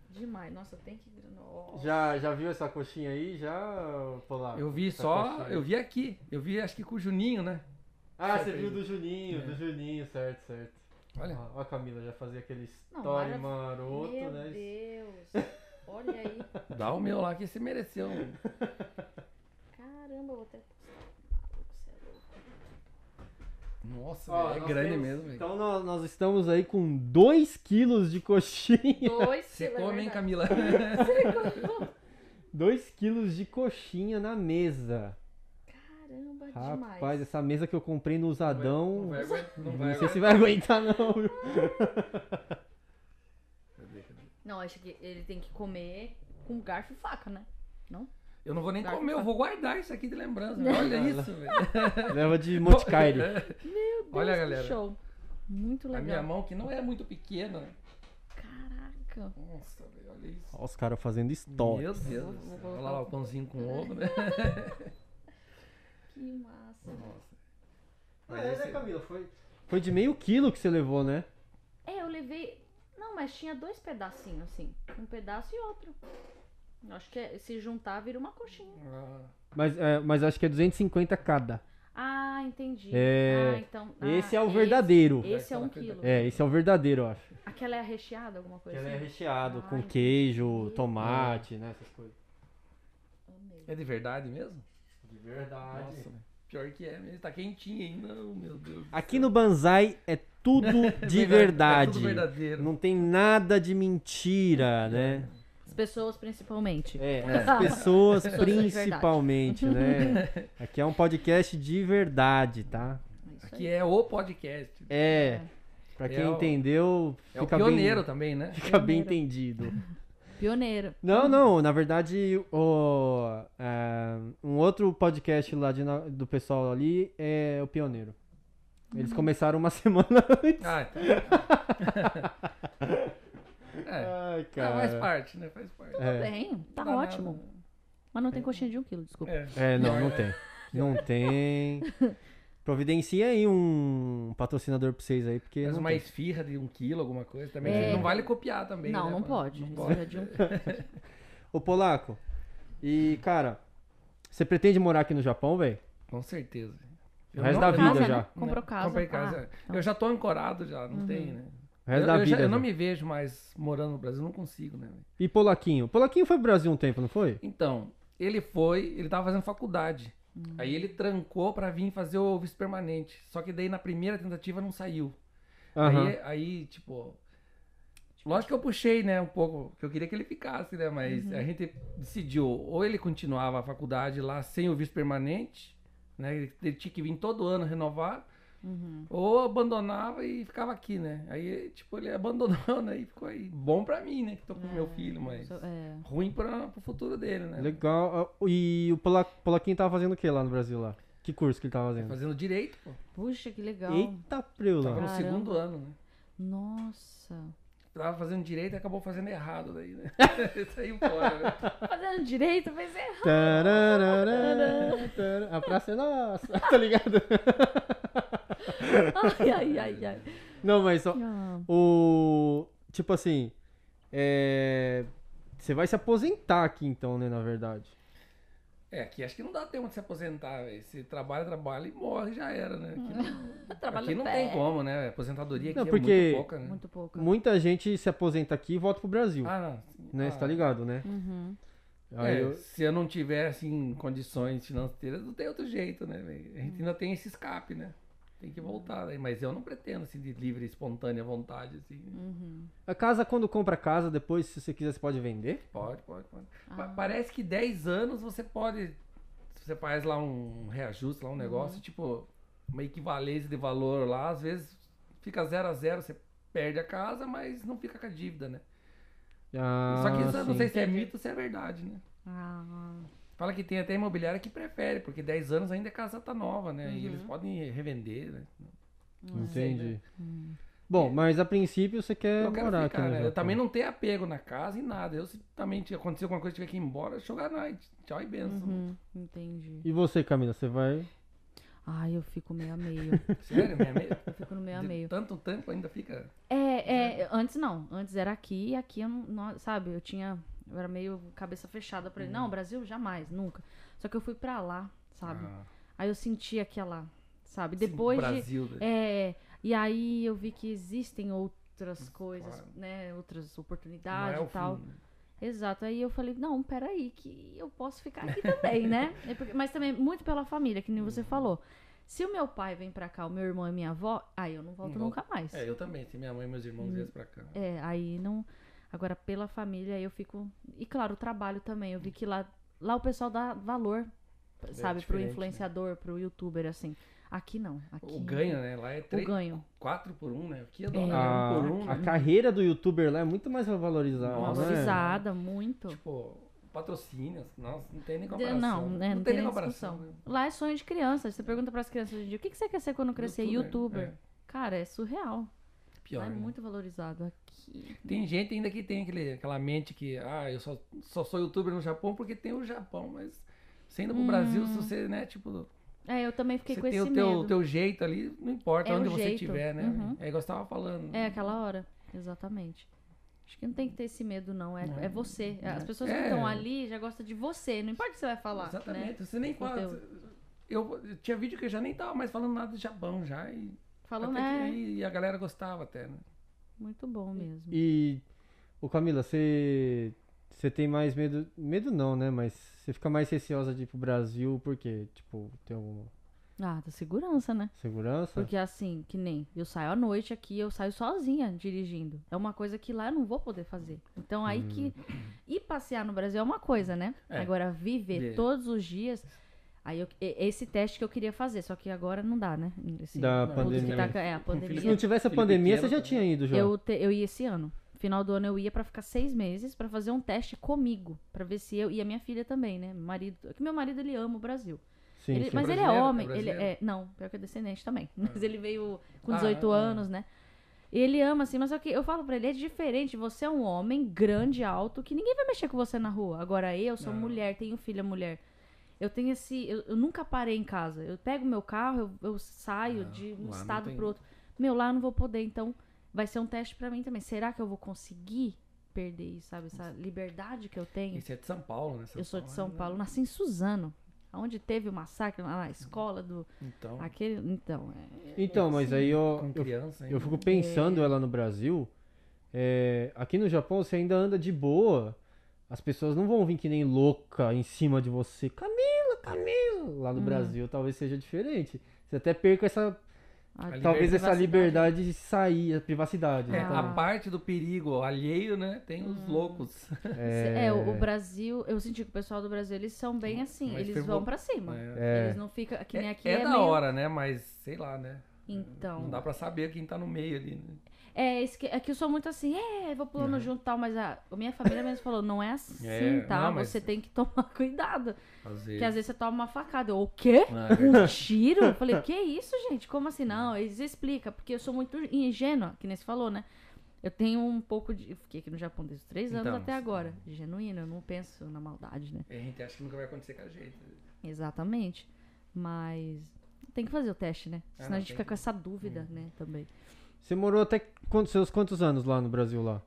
Demais. Nossa, tem que... Nossa.
Já, já viu essa coxinha aí? Já, Polaco?
Eu vi
Essa
só,
coxinha.
eu vi aqui. Eu vi acho que com o Juninho, né?
Ah, você
Só
viu
fez.
do Juninho,
É.
do Juninho, certo, certo.
Olha.
Ó, ó a Camila já fazia aquele
Não,
story
marav-
maroto,
Meu
né?
Deus. Olha aí.
Dá o meu lá que você mereceu.
Caramba, eu vou até postar. Maluco, você é louco.
Nossa,
Ó,
velho, é
nós
grande
temos-
mesmo, velho.
Então nós, nós estamos aí com 2 quilos de coxinha. (laughs)
Dois
Você
quilos, é
come, hein,
verdade.
Camila?
2 quilos de coxinha na mesa.
Caramba,
Rapaz,
É
é
demais.
essa mesa que eu comprei no Usadão.
Não vai aguentar. Não vai
não sei
aguentar.
se vai aguentar, não.
(laughs)
viu?
Cadê, cadê?
Não, acho que ele tem que comer com garfo e faca, né?
Eu não vou nem
Vai,
comer, eu
vai.
vou guardar isso aqui de lembrança.
Não.
Olha isso, velho.
Leva de
(laughs)
Moticaire.
Meu Deus,
Olha,
que
galera.
show. Muito
A minha
legal.
mão que não é muito pequena.
Caraca.
Nossa, velho, olha isso.
Olha os caras fazendo história.
Meu Deus. do
Vou
céu.
colocar
Olha lá
um
o pãozinho com ovo, né?
Que massa.
Nossa.
Ah,
Mas
é,
esse-
né, Camila? Foi... foi de meio quilo que você levou, né?
É, eu levei. Não, mas tinha dois pedacinhos assim. Um pedaço e outro. Eu Acho que é- se juntar vira uma coxinha.
Ah,
Mas, é, mas acho que é 250 cada.
Ah, entendi.
É,
Ah, então. ah,
esse é o verdadeiro.
Esse é um
Aquela coisa-
quilo.
É, esse é o verdadeiro, eu acho.
Aquela é recheada, alguma coisa
Ela é
assim?
recheado
Ah,
com
entendi.
queijo, tomate, né? Essas coisas.
Amei.
É de verdade mesmo?
De verdade.
Nossa, velho. pior que é mesmo. Tá quentinho ainda, oh, meu Deus. do
Aqui
céu.
no Banzai é tudo Ah, (laughs) de
Verdade- É
verdade.
tudo verdadeiro.
Não tem nada de mentira, né?
As pessoas principalmente.
É,
É.
as pessoas
Pessoas de
principalmente, né? Aqui é um podcast de verdade, tá?
É isso
Aqui
aí.
é o podcast.
É. Pra
É
quem
o-
entendeu,
É o
fica
pioneiro
bem,
também, né?
fica bem
Pioneiro.
entendido.
é Pioneiro.
Não, não, na verdade, o, é, um outro podcast lá de na- do pessoal ali é o Pioneiro.
Uhum.
Eles começaram uma (laughs) semana antes. (laughs)
Ah, tá. é.
Ai,
Ah, faz
cara.
parte, né? Faz parte.
Tudo
É,
bem, tá
Não dá
ótimo. Mas não tem coxinha de um quilo, desculpa.
nada. É.
é, não, não
(laughs)
tem. Não tem. Providencia aí um patrocinador pra vocês aí, porque.
Mas
não
uma
tem.
esfirra de um quilo, alguma coisa também.
É.
Não vale copiar também.
não,
né,
não
mano?
pode.
Não
Isso
pode.
é (laughs) de um quilo.
Ô, Polaco, e, cara, você pretende morar aqui no Japão, velho?
Com certeza.
O resto da
não-
vida
Casa,
já.
né? Comprou
Né?
casa. Uhum.
Comprei
Ah,
casa.
então.
Eu já tô ancorado já, não tem, né?
O resto
eu,
da
eu já-
vida.
eu
já.
não me vejo mais morando no Brasil, não consigo, né? velho?
E Polaquinho? Polaquinho foi pro Brasil um tempo, não foi?
Então, ele foi, ele tava fazendo faculdade. Aí ele trancou pra vir fazer o vice permanente. Só que daí na primeira tentativa não saiu.
Aham.
Aí, aí, tipo. Lógico que eu puxei, né, um pouco, que eu queria que ele ficasse, né, mas a gente decidiu, ou ele continuava a faculdade lá sem o visto permanente, né, ele- ele tinha que vir todo ano renovar,
Uhum.
ou abandonava e ficava aqui, né, aí, tipo, ele (laughs) abandonou, né, e ficou aí, bom pra mim, né, que tô com meu filho, mas
Sou- é.
ruim pra, pro futuro dele, né.
Legal. Ah, E o Pola- Polaquinho tava fazendo o que lá no Brasil lá? Que curso que ele tava fazendo?
Fazendo direito, pô,
Puxa, que legal.
Eita, preula.
Então, tava no
Caramba.
segundo ano, né.
Nossa.
Tava fazendo direito e acabou fazendo errado daí, né? (laughs) Saiu fora, né?
Tá Fazendo direito, mas é. (laughs)
Tararara, tarara. A praça é nossa, (laughs) tá ligado?
Ai, ai, ai, ai.
Não, mas só.
Ah,
O. Tipo assim. É. Você vai se aposentar aqui então, né? Na verdade.
É, aqui acho que não dá tempo de se aposentar, velho. Se trabalha, trabalha e morre, já era, né? Aqui não,
trabalho
aqui não
até-
tem como, né? A aposentadoria aqui
Não,
é
porque-
muito pouca, né?
Muito pouco.
Muita gente se aposenta aqui e volta pro Brasil.
Ah, não. sim.
né?
Ah,
Você tá ligado, né?
Uhum.
Aí
é,
eu-
Se eu não tiver, assim, condições financeiras, não tem outro jeito, né, velho? A gente ainda tem esse escape, né? Tem que voltar, né? Mas eu não pretendo, assim, de livre, espontânea vontade, assim.
uhum.
A casa, quando compra a casa, depois, se você quiser, você pode vender?
Pode, pode, pode.
Ah.
Pa- Parece que 10 anos você pode. Você faz lá um reajuste, lá um negócio,
Uhum.
tipo, uma equivalência de valor lá, às vezes fica 0 a 0 você perde a casa, mas não fica com a dívida, né?
Ah,
Só que isso eu não
sim.
sei se é mito ou se é verdade, né?
Ah,
Fala que tem até imobiliária que prefere, porque 10 anos ainda a casa tá nova, né? E
Uhum.
eles podem revender, né?
né?
Entendi.
Hum.
Bom, mas a princípio você
É
quer
É. eu quero
morar
ficar,
aqui no
né? Eu
Japão.
também não tenho apego na casa e nada. Eu se também tiver- acontecer alguma coisa, tiver que ir embora, jogar night. Tchau e benção.
Uhum, entendi.
E você, Camila, você vai.
Ai, eu fico meio a meio.
Sério, minha
(laughs)
me...
Eu fico no meio a
de
meio.
tanto tempo ainda fica.
É, é, antes não. Antes era aqui e aqui eu não, não- sabe, eu tinha. Eu era meio cabeça fechada pra
Uhum.
ele. Não, Brasil jamais, nunca. Só que eu fui pra lá, sabe?
Ah,
Aí eu senti aquela, sabe?
sim,
Depois de.
Brasil, né? velho.
É, e aí eu vi que existem outras coisas,
Hum, claro.
né? Outras
Não é
oportunidades
o
e tal.
fim, né?
Exato. Aí eu falei,
(laughs)
não,
Uhum.
peraí, que eu posso ficar aqui também, né? É porque- mas também muito pela família, que nem você falou. Se o meu pai vem pra cá, o meu irmão e minha avó, aí eu não volto
Não volta.
nunca mais.
É, eu também. Se minha mãe e meus irmãos viessem pra cá.
É, aí não. Agora, pela família, eu fico. E claro, o trabalho também. Eu vi que lá, lá o pessoal dá valor, sabe, pro
diferente, né?
influenciador, pro youtuber, assim. Aqui não. Aqui...
O ganho, né? Lá é
O
três,
ganho.
4 por 1, né? Aqui é
É.
4
A,
por 1,
a
né?
carreira do youtuber lá é muito mais valorizada.
Nossa,
né?
Valorizada, muito.
Tipo, patrocínios. Nossa, não tem nem
De-
comparação.
não, né, não tem nem
comparação. né?
discussão. Lá é sonho de criança. Você pergunta pras crianças hoje em dia: o que, que você quer ser quando crescer? Youtuber.
É,
Cara, é surreal.
pior.
Lá é
né?
muito valorizado aqui.
Tem gente ainda que tem aquele, aquela mente que, ah, eu só, só sou youtuber no Japão porque tem o Japão, mas saindo pro Brasil, se você, né, tipo,
É, eu também Hum. fiquei
você
com
tem
esse
o teu,
medo.
teu jeito ali, não importa
É
onde
o
você
jeito.
estiver, né?
Uhum.
É igual você tava falando.
É aquela hora, exatamente. Acho que não tem que ter esse medo, não. É, é você. As pessoas que
É.
estão ali já gostam de você. Não importa o que você vai falar. Né?
Exatamente, você nem fala.
Conteúdo.
Eu, eu tinha vídeo que eu já nem tava mais falando nada de Japão já. E,
Falando,
até que
é.
aí a galera gostava até, né?
Muito bom mesmo.
E, ô Camila, você você tem mais medo, medo não, né? Mas você fica mais receosa de ir pro Brasil porque, tipo, tem alguma
Ah, da segurança, né?
Tá.
segurança?
Porque assim, que nem eu saio à noite aqui, eu saio sozinha dirigindo. É uma coisa que lá eu não vou poder fazer. Então aí que. Ir passear no Brasil é uma coisa, né?
Hum. É.
Agora, viver
Ver.
todos os dias. Aí eu- e- esse teste que eu queria fazer, só que agora não dá, né? Esse
Da
ponto que
pandemia.
tá- é, a
Com filho
pandemia.
Se não tivesse a
Filho
pandemia,
pequeno
você já
também.
tinha ido já.
Eu, te- eu ia esse ano. Final do ano eu ia pra ficar seis meses pra fazer um teste comigo. pra ver se eu. E a minha filha também, né? Meu marido. é que meu marido ele ama o Brasil.
Sim,
Ele-
sim.
mas ele é
Brasileiro? É
homem. ele é,
brasileiro?
não, pior que é descendente também. Mas ele veio com
Ah,
18
ah.
anos, né? E ele ama, assim, mas só que eu falo pra ele, é diferente. Você é um homem grande, alto, que ninguém vai mexer com você na rua. Agora eu sou
Não.
mulher, tenho filha mulher. Eu tenho esse. Eu, eu nunca parei em casa. Eu pego meu carro, eu, eu saio
Não,
de
lá
um
não
estado
tem.
pro outro. Meu, lá eu não vou poder, então vai ser um teste pra mim também. Será que eu vou conseguir perder isso, sabe? Essa liberdade que eu tenho?
Isso é de São Paulo, né? São
eu sou de
Paulo,
São
né?
Paulo, nasci em Suzano. Onde teve o massacre lá na escola do.
Então,
Aquele. Então, é.
Então, mas aí
com
eu, eu,
criança, hein?
eu fico pensando ela no Brasil. é, aqui no Japão, você ainda anda de boa. As pessoas não vão vir que nem louca em cima de você. Camila, Camila!
Uhum.
Lá no Brasil talvez seja diferente. Você até perca essa
a-
Ali-
Talvez essa
privacidade.
liberdade de sair, a privacidade.
É,
né?
Ah.
a parte do perigo alheio, né? Tem
Hum.
os loucos.
É, o, o Brasil. Eu senti que o pessoal do Brasil, eles são bem assim.
Mas
eles
fervor-
vão pra cima.
É,
É.
Eles não ficam. Que
É-
nem aqui
é
é,
da
meio-
hora, né? Mas sei lá, né?
Então.
Não dá pra saber quem tá no meio ali, né?
É, esse que, é que eu sou muito assim, é, vou pulando junto e tal, mas a, a minha família mesmo falou, não é assim,
Uhum. (laughs) É,
tá?
não, mas-
Você tem que tomar (laughs) cuidado.
Às
Porque às
vezes.
vezes você toma uma facada. Eu, o quê?
Uhum.
Ah, é
Um tiro? Eu falei, que isso, gente? Como assim? Não, eles explicam, porque eu sou muito ingênua, que nem você falou, né? Eu tenho um pouco de. Eu fiquei aqui no Japão desde os três anos
Então,
até
sim.
agora. Genuíno, eu não penso na maldade, né?
A É, gente acha que nunca vai acontecer com a gente.
Exatamente. Mas. Tem que fazer o teste, né?
Ah,
Senão
não,
a gente
tem
fica
que-
com essa dúvida, né? Também.
Você morou até quantos, seus quantos anos lá no Brasil lá?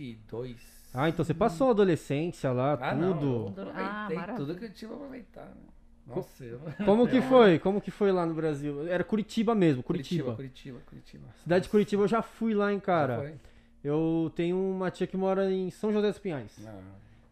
22.
Ah, então você passou a adolescência lá,
Ah, não, eu
tudo.
Ah,
aproveitei
maravilha.
tudo que eu tinha pra aproveitar, né? Nossa, eu... (laughs)
Como que foi? Como que foi lá no Brasil? Era Curitiba mesmo, Curitiba.
Curitiba, Curitiba.
Cidade de Curitiba eu já fui lá, hein, cara.
Já foi?
Eu tenho uma tia que mora em São José dos Pinhais.
Não.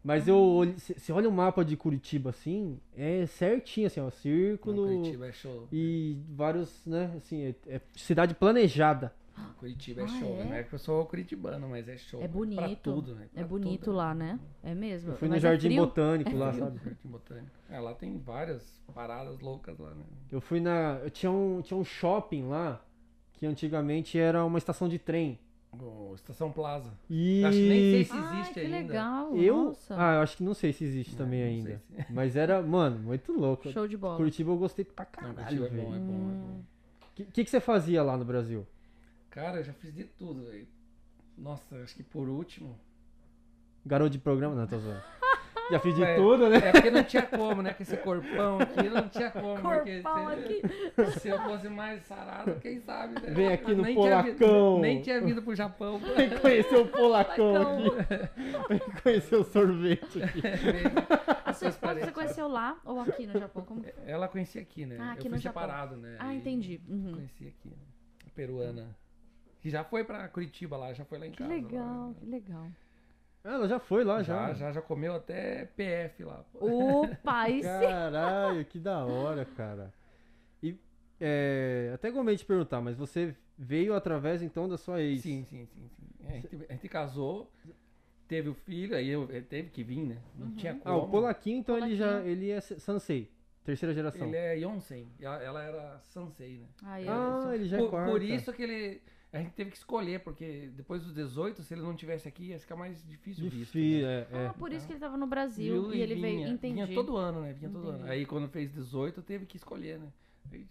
Mas eu olho- você você olha o mapa de Curitiba assim, é certinho assim, ó,
Quando...
círculo
Curitiba é show.
e vários, né, assim, é- é cidade planejada.
Curitiba é
Ah,
show.
é?
Não é que eu sou curitibano, mas é show.
É bonito.
Pra tudo, né? Pra
É bonito
tudo.
lá, né? É mesmo.
Eu fui no
Mas é
Jardim
frio.
Botânico lá,
Frio,
sabe?
Jardim Botânico. É, lá tem várias paradas loucas lá, né?
Eu fui na. Eu tinha um, tinha um shopping lá que antigamente era uma estação de trem.
O Estação Plaza.
E.
Acho que nem sei se
Ai,
existe
que
ainda.
legal.
eu.
Nossa.
Ah, eu acho que não sei se existe também
É, não
ainda.
sei
Mas era, mano, muito louco.
Show de bola.
Curitiba eu gostei pra
(laughs) Não,
caralho,
Curitiba é bom,
velho.
é bom, é
Hum.
bom.
O que, que, que você fazia lá no Brasil?
Cara, eu já fiz de tudo, velho. Nossa, acho que por último.
Garoto de programa? Não, tô zoando. Já fiz de
(laughs) É.
tudo, né?
É porque não tinha como, né? Com esse corpão aqui, não tinha como. porque
Corpão
se-
aqui.
Se eu fosse mais sarado, quem sabe, né?
Vem aqui no
nem Tinha,
Polacão.
vi- nem tinha vindo
(laughs)
pro Japão.
Tem que conhecer o polacão
Polacão.
aqui. Tem que conhecer o sorvete aqui.
É,
A sua esposa você conheceu lá ou aqui no Japão? Como...
Ela conhecia aqui, né?
Ah, aqui
eu
no
fui
Japão.
separado, né?
Ah,
E
entendi. Uhum.
Conheci aqui, né? A peruana. Que já foi pra Curitiba lá, já foi lá em
Que
casa. lá,
legal,
né?
que legal.
Ah, Ela já foi lá,
Já,
já.
já, já comeu até PF lá. pô.
Opa, aí sim.
Caralho, que da hora, cara. E, é, até gomei te perguntar, mas você veio através então da sua ex.
Sim, sim, sim. sim. É, a, gente, a gente casou, teve o filho, aí eu, ele teve que vir, né?
Uhum.
Não tinha como.
Ah, o Polaquinho, então ele já
Polaquinho.
ele é Sansei, terceira geração.
Ele é Yonsei, e a- ela era Sansei, né?
Aí eu-
Ah, ele já é
por,
quarta.
por isso que ele. A gente teve que escolher, porque depois dos 18, se ele não tivesse aqui, ia ficar mais difícil o visto. né?
Difícil, é, é.
Ah, por isso que ele tava no Brasil e ele veio.
vinha,
Entendi.
Vinha todo ano, né? Vinha todo ano.
Entendi.
Aí quando fez 18, teve que escolher, né? Aí,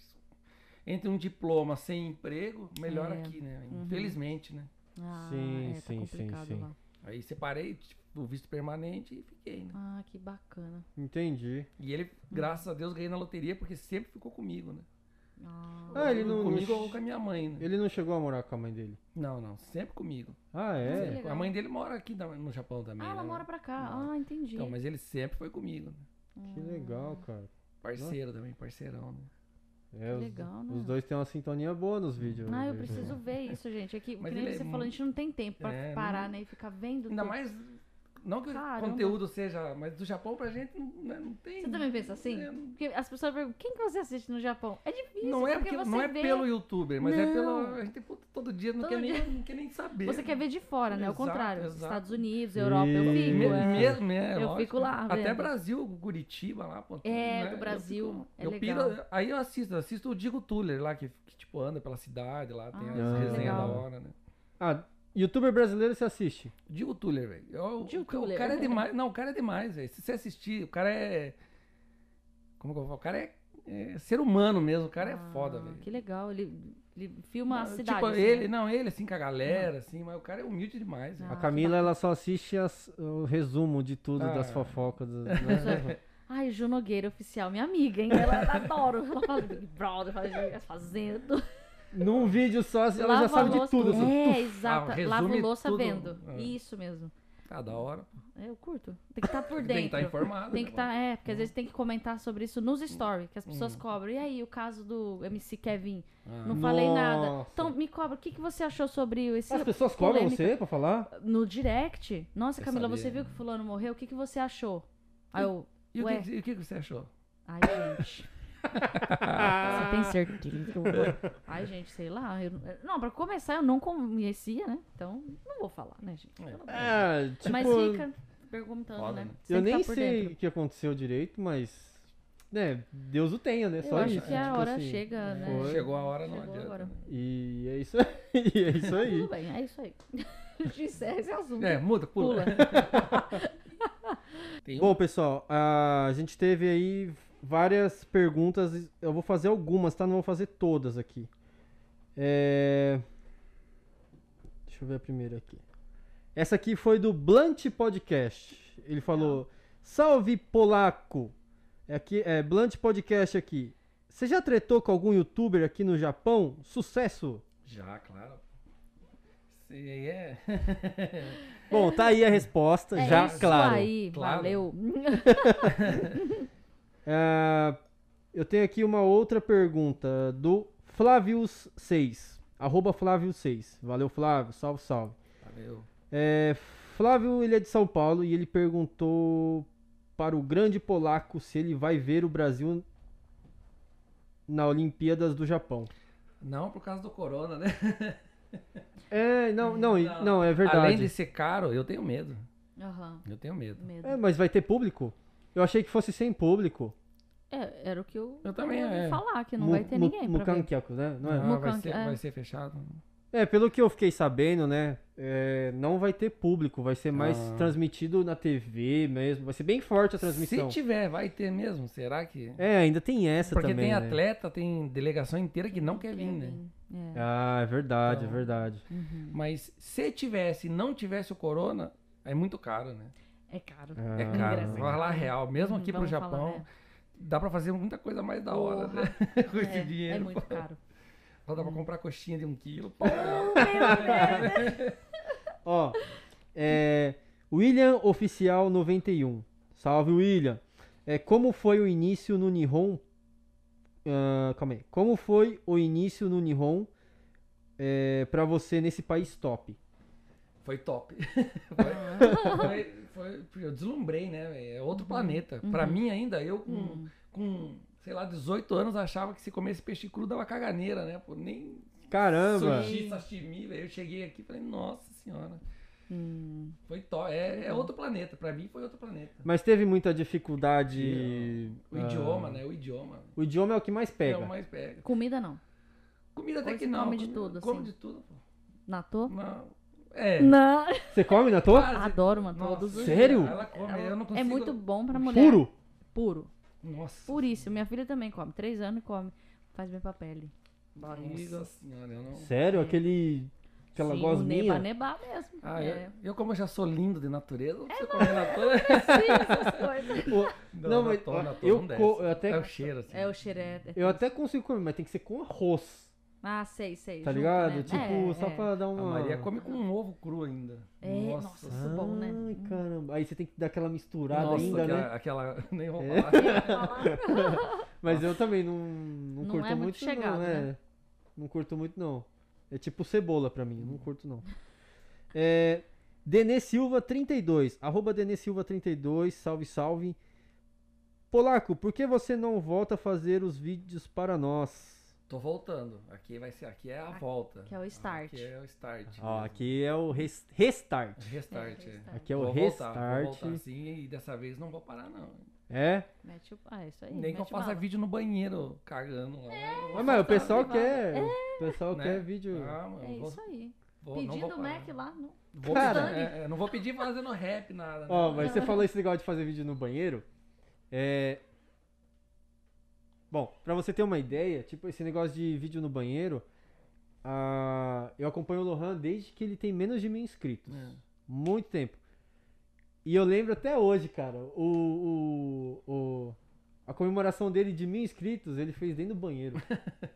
Entre um diploma sem emprego, melhor
É.
aqui, né? Infelizmente, né?
Ah,
Sim,
é,
sim,
tá
sim,
complicado
sim.
lá.
Aí separei tipo, o visto permanente e fiquei, né?
Ah, que bacana.
Entendi.
E ele, graças a Deus, ganhei na loteria porque sempre ficou comigo, né?
Ah,
Ah, ele não-
comigo
não-
ou com a minha mãe, né?
Ele não chegou a morar com a mãe dele.
Não, não, sempre comigo.
Ah,
Mas
é?
ele-
Sempre. A mãe dele mora aqui na- no Japão também.
Ah, ela
né?
mora pra cá.
Mora.
Ah, entendi.
Então, mas ele sempre foi comigo, né?
Que legal, cara.
Parceiro também, parceirão, né?
É, os,
legal, né?
os dois têm uma sintonia boa nos vídeos. né?
Ah, eu
vejo.
preciso ver isso, gente. É que, que
Mas
nem
ele é
você falou, a gente não tem tempo pra
É,
parar, né? E ficar vendo.
Ainda
tudo.
mais. Não que
Caramba.
o conteúdo seja. Mas do Japão pra gente não, né, não tem.
Você também pensa assim?
É, não-
Porque as pessoas perguntam, quem que você assiste no Japão? É difícil,
não é
porque,
porque,
você
não é
vê...
pelo youtuber, mas é
Não.
pelo. A gente puta, todo dia não,
Todo
quer, Nem, não quer nem saber.
Você quer ver de fora, né? Ao
Exato,
contrário.
exato.
Estados Unidos, Europa, eu
E-
fico.
Me-
é.
Mesmo, é,
Eu
lógico.
fico lá
Até
vendo.
Brasil, Curitiba lá, pô. né?
É, do
Eu
Brasil,
fico-
é
Eu,
legal.
piro- aí eu assisto, assisto o Digo Tuller lá, que, que, tipo anda pela cidade lá, tem as
Ah,
que
resenhas da
legal.
hora, né?
Ah, youtuber brasileiro se assiste.
Digo Tuller, velho. Eu-
Digo
O, ca- o
Tuller.
cara é demais. Não, o cara é demais, velho. Se você assistir, o cara é. Como que eu vou falar? O cara é, é ser humano mesmo. O cara é foda,
Ah,
velho.
Que legal. Ele, ele filma a
Não,
cidade.
Tipo,
assim,
ele,
né?
não, ele assim com a galera, assim, mas o cara é humilde demais, velho.
a
Ah, que
Camila, ela só assiste as- o resumo de tudo,
Ah.
das fofocas.
(laughs)
do- né?
Ai, Ju Nogueira oficial, minha amiga, hein? Ela ela adoro. Ela fala do Big Brother, fala de as fazendas.
Num vídeo só, assim, ela já
Lava
sabe de
louça-
tudo. assim.
É, exato.
Ah, resume
Lava louça
tudo.
vendo.
É.
Isso mesmo.
Ah, da hora.
É, Eu curto. Tem que estar por dentro.
Tem que estar informado.
Tem
né, Uhum.
que tá,
mano?
é, porque às vezes tem que comentar sobre isso nos stories, que as pessoas cobram. E aí, o caso do MC Kevin?
Ah.
Não falei nada.
Nossa.
Então, me cobra, o que, que você achou sobre esse.
As pessoas cobram
polêmica?
você pra falar?
No direct? Nossa,
Quer
Camila,
saber,
você viu
né?
que o fulano morreu? O que, que você achou? Aí eu.
E o
Ué.
que, e o que que você achou?
Ai, gente. Ah, Você tem certeza que eu vou. Ai, gente, sei lá. eu- Não, pra começar, eu não conhecia, né? Então, não vou falar, né, gente?
É, tipo,
Mas fica perguntando,
foda,
né?
né?
Você
eu
tem que
nem
tá por
sei
dentro.
o que aconteceu direito, mas. Né, Deus o tenha, né?
Eu
Só
acho
isso.
que é a
tipo
hora
assim.
chega, né?
Foi.
É, Chegou a hora, não
Chegou
adianta.
agora.
né?
E é isso aí. (laughs) E é isso
Tudo
aí.
bem, é isso aí. (laughs) A gente encerra esse assunto.
É, muda, pula.
Pula.
Tem um
Bom, pessoal, a gente teve aí várias perguntas. Eu vou fazer algumas, tá? Não vou fazer todas aqui. É, Deixa eu ver a primeira aqui. Essa aqui foi do Blunt Podcast. Ele falou: Salve polaco! É aqui, é Blunt Podcast aqui. Você já tretou com algum youtuber aqui no Japão? Sucesso!
Já, claro. Se é. (laughs)
Bom, tá aí a resposta,
É
já
isso
claro.
aí,
Claro.
valeu.
Ah, eu tenho aqui uma outra pergunta do Flávios 6. Arroba Flávio 6. Valeu, Flávio. Salve, salve.
Valeu.
É, Flávio, ele é de São Paulo e ele perguntou para o grande polaco se ele vai ver o Brasil na Olimpíadas do Japão.
Não por causa do corona, né?
É, não, não, e- não,
Não.
é
Além
verdade.
de ser caro, eu tenho medo.
Aham,
Eu tenho medo.
medo.
É, mas vai ter público? Eu achei que fosse sem público.
É, era o que eu,
Eu também,
ouvi
é.
falar, que não
Mu-
vai ter
mu-
ninguém pra ver.
Mukankyaku, né? Não é?
Ah, vai,
Mucam-
ser,
é.
vai ser fechado.
É, pelo que eu fiquei sabendo, né? é, não vai ter público, vai ser mais
Ah.
transmitido na TV mesmo. Vai ser bem forte a transmissão.
Se tiver, vai ter mesmo. Será que.
É, ainda tem essa
Porque
também.
tem
né?
atleta, tem delegação inteira que não quer vir,
Quer
né?
vir, é.
Ah, é verdade, é
Então-
verdade.
Mas se tivesse e não tivesse o corona, é muito caro, né?
É caro.
Ah.
É
Não,
caro.
ingresso é
Vai lá
caro.
real. Mesmo aqui pro
Vamos falar,
Japão, dá pra fazer muita coisa mais da hora, né? (laughs) Com
É,
esse
é, é
dinheiro.
muito caro.
Só dá pra comprar coxinha de um quilo. pau.
(laughs)
Ó, é, William Oficial 91. Salve, William. É, como foi o início no Nihon? Ah, calma aí. Como foi o início no Nihon é, para você nesse país top?
Foi top. (laughs) foi,
Uhum.
foi- foi- eu deslumbrei, né? velho? É outro planeta. Pra mim ainda, eu com, com sei lá, 18 anos, achava que se comesse peixe cru dava caganeira, né? Pô, nem
Caramba!
sushi, sashimi, velho. Eu cheguei aqui e falei, nossa senhora.
Hum,
Foi top. É,
Uhum.
é outro planeta. Pra mim foi outro planeta.
Mas teve muita dificuldade.
O
ah,
idioma, né? O idioma.
O idioma é o que mais
É o
pega.
mais pega.
Comida não.
Comida até
Ou
que
você
não.
come de
comida-
tudo,
Como
assim?
de tudo, pô.
Natô?
Não. É.
Não.
Você come na
Ah,
toa?
Quase.
Adoro, mano.
Nossa,
Todos os
Sério?
Ela come,
Ela-
eu não
É
consigo.
muito bom pra mulher.
Puro?
Puro.
Nossa.
Puríssimo. Minha filha também come. Três anos e come. Faz bem pra pele.
Nossa senhora, eu não.
Sério? Aquele. Aquela
Sim, Pra
gosminha?
nebar mesmo.
Ah,
é.
eu, eu como eu já sou lindo de natureza, (laughs) não preciso comer na toa.
(laughs) Sim, essas coisas.
Não, mas
na toa, na toa,
eu,
não desce.
co- eu até,
É o cheiro, assim.
É o xereta.
eu até consigo comer, mas tem que ser com arroz.
Ah, sei, sei.
Tá
junto,
ligado?
né?
Tipo,
É,
só
é.
pra dar
A
uma.
Maria come com um ovo cru ainda.
É, nossa, isso é bom, né?
Ai,
Hum.
caramba. Aí você tem que dar aquela misturada
Nossa,
ainda,
aquela,
né?
aquela- (laughs) Nem vou
É.
falar.
Mas eu também não, não,
Ah. Não
curto
é muito
muito,
chegado,
não, é. Não curto muito, não. É tipo cebola pra mim, eu não curto, não. É, Denê Silva 32, arroba Denê Silva 32, salve, salve. Polaco, por que você não volta a fazer os vídeos para nós?
Tô voltando. Aqui vai ser, aqui é a
Aqui
volta.
é o start.
Aqui é o start.
Ó,
mesmo.
aqui é o res- restart.
Restart, é.
restart.
Aqui é o
Vou
restart.
Voltar, vou voltar sim, e dessa vez não vou parar, não.
é?
Mete o... Ah, isso aí.
Nem que eu
mete
faça
bala. É.
vídeo no banheiro, cagando lá. Eu
Mas,
vou
mas o
voltar,
pessoal
não vai.
quer. O pessoal
Né?
quer vídeo.
Ah, mano,
É
vou-
isso aí.
vou- não vou
Pedindo o
parar.
Mac lá. Não.
Vou
Cara.
pedir- é, é, não vou pedir fazendo rap, nada. né?
Ó, mas você falou esse negócio de fazer vídeo no banheiro. É. Bom, pra você ter uma ideia, tipo, esse negócio de vídeo no banheiro. ah, eu acompanho o Lohan desde que ele tem menos de mil inscritos.
É.
Muito tempo. E eu lembro até hoje, cara, o, o, o- a comemoração dele de mil inscritos, ele fez dentro do banheiro.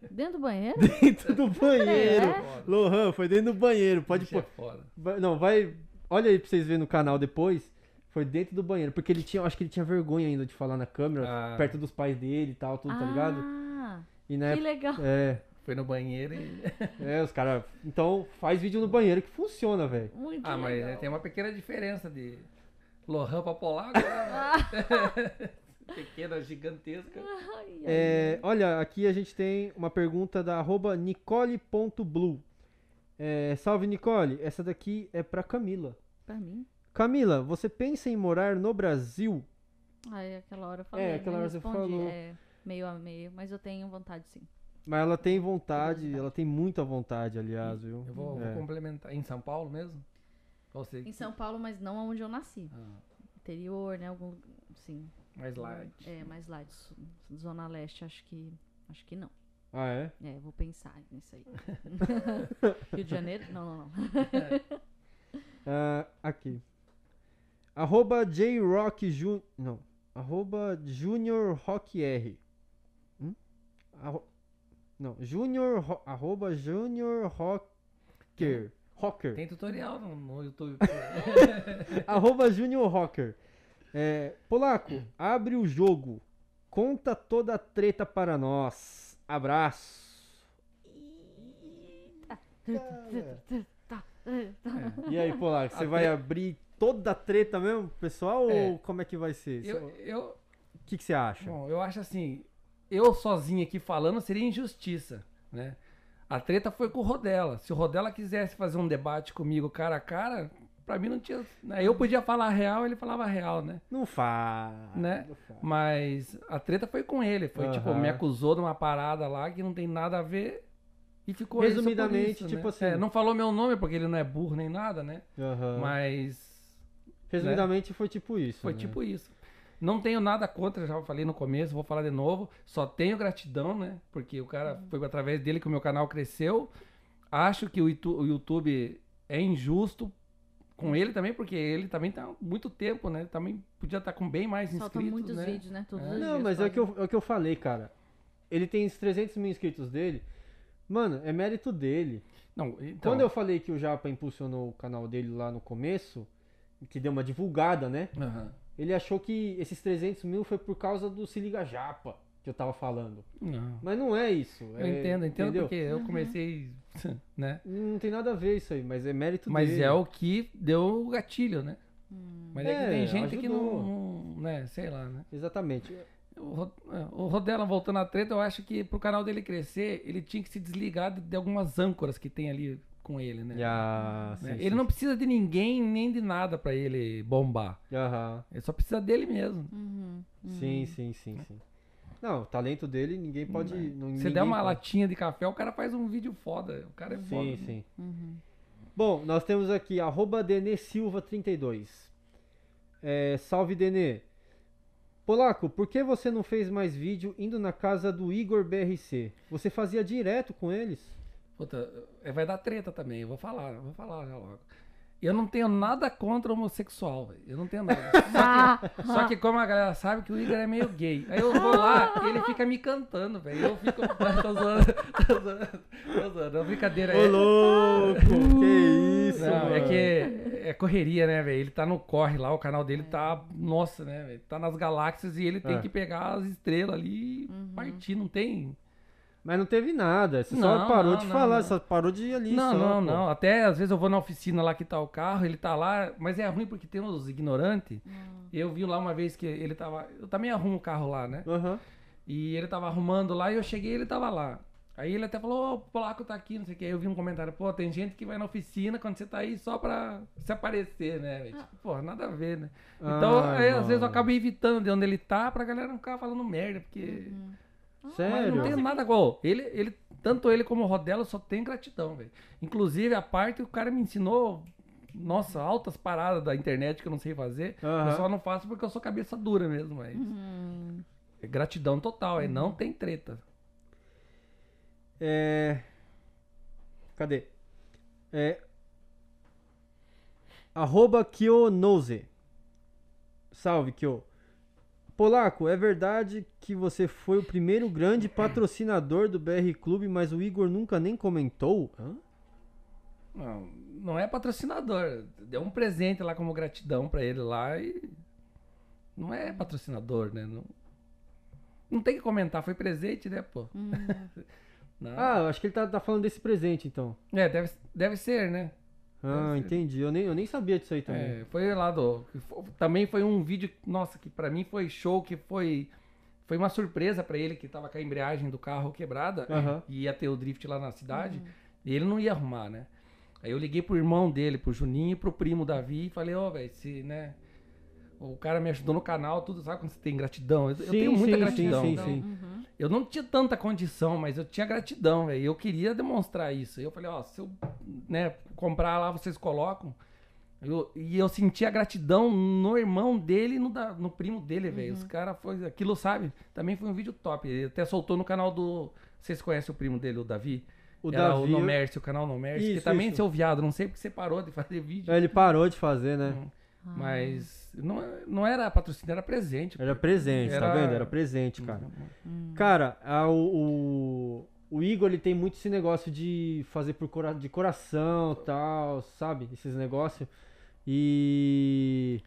Dentro do banheiro?
dentro do banheiro!
É?
Foda.
Lohan, foi dentro do banheiro, pode
Bicho é
pôr.
foda.
Vai- Não, vai. Olha aí pra vocês verem no canal depois. Foi dentro do banheiro. Porque ele tinha. Acho que ele tinha vergonha ainda de falar na câmera,
Ah.
perto dos pais dele e tal, tudo, (laughs) tá ligado?
Ah,
E na
que
época.
legal.
É,
Foi no banheiro e.
é, os caras. Então faz vídeo no banheiro que funciona, velho.
Muito
Ah, mas
legal.
tem uma pequena diferença de Lohan pra Polaco. né? pequena, gigantesca.
Ai, ai,
É, olha, aqui a gente tem uma pergunta da arroba Nicole.blue. É, salve Nicole, essa daqui é pra Camila.
Pra mim?
Camila, você pensa em morar no Brasil?
Ai, aquela hora eu falei.
É, aquela
né?
hora você
Respondi,
falou.
É, meio a meio, mas eu tenho vontade sim.
Mas ela tem vontade, ela tem muita vontade, aliás, viu?
Eu vou, vou
É.
complementar. Em São Paulo mesmo? Ou Você...
Em São Paulo, mas não onde eu nasci.
Ah,
Interior, né? Algum. Sim.
mais light.
É, mais lá, de su- Zona Leste, acho que. Acho que não.
Ah, é?
É, vou pensar
(laughs)
nisso aí. Rio de Janeiro? Não, não, não.
Ah, aqui. Arroba JRock Jun... Não. Arroba Junior Rock R. Hum? Arro- Não. Junior... Ro- Arroba Junior Rocker. Rocker.
Tem tutorial no, no
(laughs)
YouTube.
Arroba Junior Rocker. É, Polaco, abre o jogo. Conta toda a treta para nós. Abraço.
(laughs) Tá, é, tá.
E aí,
(laughs)
Polaco, você
A
vai
tre-
abrir toda a treta mesmo, pessoal?
É.
Ou como é que vai ser?
eu, eu,
O que, que você acha?
bom, eu acho assim, eu sozinho aqui falando seria injustiça, né? A treta foi com o Rodela. Se o Rodela quisesse fazer um debate comigo cara a cara, pra mim não tinha. né? Eu podia falar real, ele falava real, né?
Não faz.
Né?
Não faz.
Mas a treta foi com ele. Foi tipo,
Aham.
me acusou de uma parada lá que não tem nada a ver. E ficou isso por
Resumidamente,
isso,
tipo
né?
assim.
É, não falou meu nome porque ele não é burro nem nada, né?
Aham.
Mas
Resumidamente, foi tipo isso.
Foi
né?
tipo isso. Não tenho nada contra, já falei no começo, vou falar de novo. Só tenho gratidão, né? Porque o cara
Uhum.
foi através dele que o meu canal cresceu. Acho que o Itu- o YouTube é injusto com ele também, porque ele também tá há muito tempo, né? Também podia estar com bem mais
tá, Solta
inscritos,
muitos
né?
vídeos, né? Todos
É.
os
Não,
dias,
mas é o,
quase.
que eu, é o que eu falei, cara. Ele tem os 300 mil inscritos dele. Mano, é mérito dele.
Não, então,
Quando eu falei que o Japa impulsionou o canal dele lá no começo, que deu uma divulgada, né?
Aham.
Ele achou que esses 300 mil foi por causa do Se Liga Japa que eu tava falando.
Não.
Mas não é isso.
Eu
é-
entendo, eu entendo
entendeu?
porque
Uhum.
eu comecei, (laughs) né?
Não tem nada a ver isso aí, mas é mérito
Mas
dele.
é o que deu o gatilho, né? Mas é,
É,
Hum.
que tem gente que
ajudou.
não, não, né, sei lá, né?
Exatamente.
O Ro- é, o Rodela voltando à treta, eu acho que pro canal dele crescer, ele tinha que se desligar de, de algumas âncoras que tem ali com ele, né?
Ah, sim,
Né?
sim,
ele não precisa de ninguém nem de nada pra ele bombar.
sim. Aham.
Ele só precisa dele mesmo.
Uhum.
Sim, sim, sim, sim. Não, o talento dele ninguém
Hum,
pode. não-
Se
ninguém
der é. uma
pode.
latinha de café, o cara faz um vídeo foda. O cara é foda.
Sim,
né?
sim. (laughs)
Uhum.
Bom, nós temos aqui arroba Denê Silva 32. É, salve Denê. Polaco, por que você não fez mais vídeo indo na casa do Igor BRC? Você fazia direto com eles?
Puta, é, vai dar treta também, eu vou falar, eu vou falar já logo. Eu não tenho nada contra homossexual, velho. Eu não tenho nada.
Tá.
Ah,
Só que como a galera sabe que o Igor é meio gay. Aí eu vou lá e ele fica me cantando, velho. Eu fico. (laughs) Tô zoando, tô zoando, tô zoando. É brincadeira é.
louco! (laughs) Que isso,
Não, é que é correria, né, velho? Ele tá no corre lá, o canal dele tá. Nossa, né, velho? Tá nas galáxias e ele tem
É.
que pegar as estrelas ali e partir, não tem.
Mas não teve nada. Você só
Não,
parou
não,
de
não,
falar,
não.
só parou de ir ali.
Não,
só,
não,
pô.
não. Até às vezes eu vou na oficina lá que tá o carro, ele tá lá, mas é ruim porque tem uns ignorantes. Eu vi lá uma vez que ele tava. Eu também arrumo o carro lá, né?
Aham.
E ele tava arrumando lá e eu cheguei e ele tava lá. Aí ele até falou, "Ô, o polaco tá aqui, não sei o que. Aí eu vi um comentário, pô, tem gente que vai na oficina quando você tá aí só pra se aparecer, né? velho? Tipo, pô, nada a ver, né? Então,
Ai,
aí, às vezes
mano.
eu acabo evitando de onde ele tá pra galera não ficar falando merda, porque. Mas
Sério?
não tem nada igual. Ele, ele, tanto ele como o Rodelo só tem gratidão, velho. Inclusive, a parte o cara me ensinou, nossa, altas paradas da internet que eu não sei fazer.
Aham.
Eu só não faço porque eu sou cabeça dura mesmo, mas. É gratidão total, é não tem treta.
É... Cadê? É... Arroba Kionose. Salve, Kio. Polaco, é verdade que você foi o primeiro grande patrocinador do BR Clube, mas o Igor nunca nem comentou? Hã?
Não, não é patrocinador. Deu um presente lá como gratidão pra ele lá e. Não é patrocinador, né? Não, não tem que comentar, foi presente, né, pô? (laughs) Não.
Ah, eu acho que ele tá, tá falando desse presente, então.
É, deve, deve ser, né?
Ah,
Deve ser.
entendi. Eu nem, eu nem sabia disso aí também.
É, foi lá do. que fo- Também foi um vídeo, nossa, que pra mim foi show, que foi. Foi uma surpresa pra ele que tava com a embreagem do carro quebrada né,
Aham.
e ia ter o drift lá na cidade. E ele não ia arrumar, né? Aí eu liguei pro irmão dele, pro Juninho e pro primo Davi e falei, ó, velho, se, né? O cara me ajudou no canal, tudo, sabe quando você tem gratidão? Eu, eu
Sim,
tenho muita
sim,
gratidão.
sim,
velho.
sim,
Uhum.
Eu não tinha tanta condição, mas eu tinha gratidão, velho. e Eu queria demonstrar isso. Eu falei, ó, se eu né, comprar lá, vocês colocam. Eu- e eu senti a gratidão no irmão dele e no, da- no primo dele, velho. Os caras foi. Aquilo, sabe? Também foi um vídeo top. Ele até soltou no canal do. Vocês conhecem o primo dele, o Davi?
O
Era o
Davi-
Nomércio, o canal Nomércio. que
Isso,
também
isso.
seu viado. Não sei porque você parou de fazer vídeo.
Ele parou de fazer, né?
Ah,
Mas não, não era patrocínio, era presente.
Era presente, tá
Era-
vendo? Era presente, cara. Cara, a- o, o, o Igor ele tem muito esse negócio de fazer por cora, de coração tal, sabe? Esses negócios. E.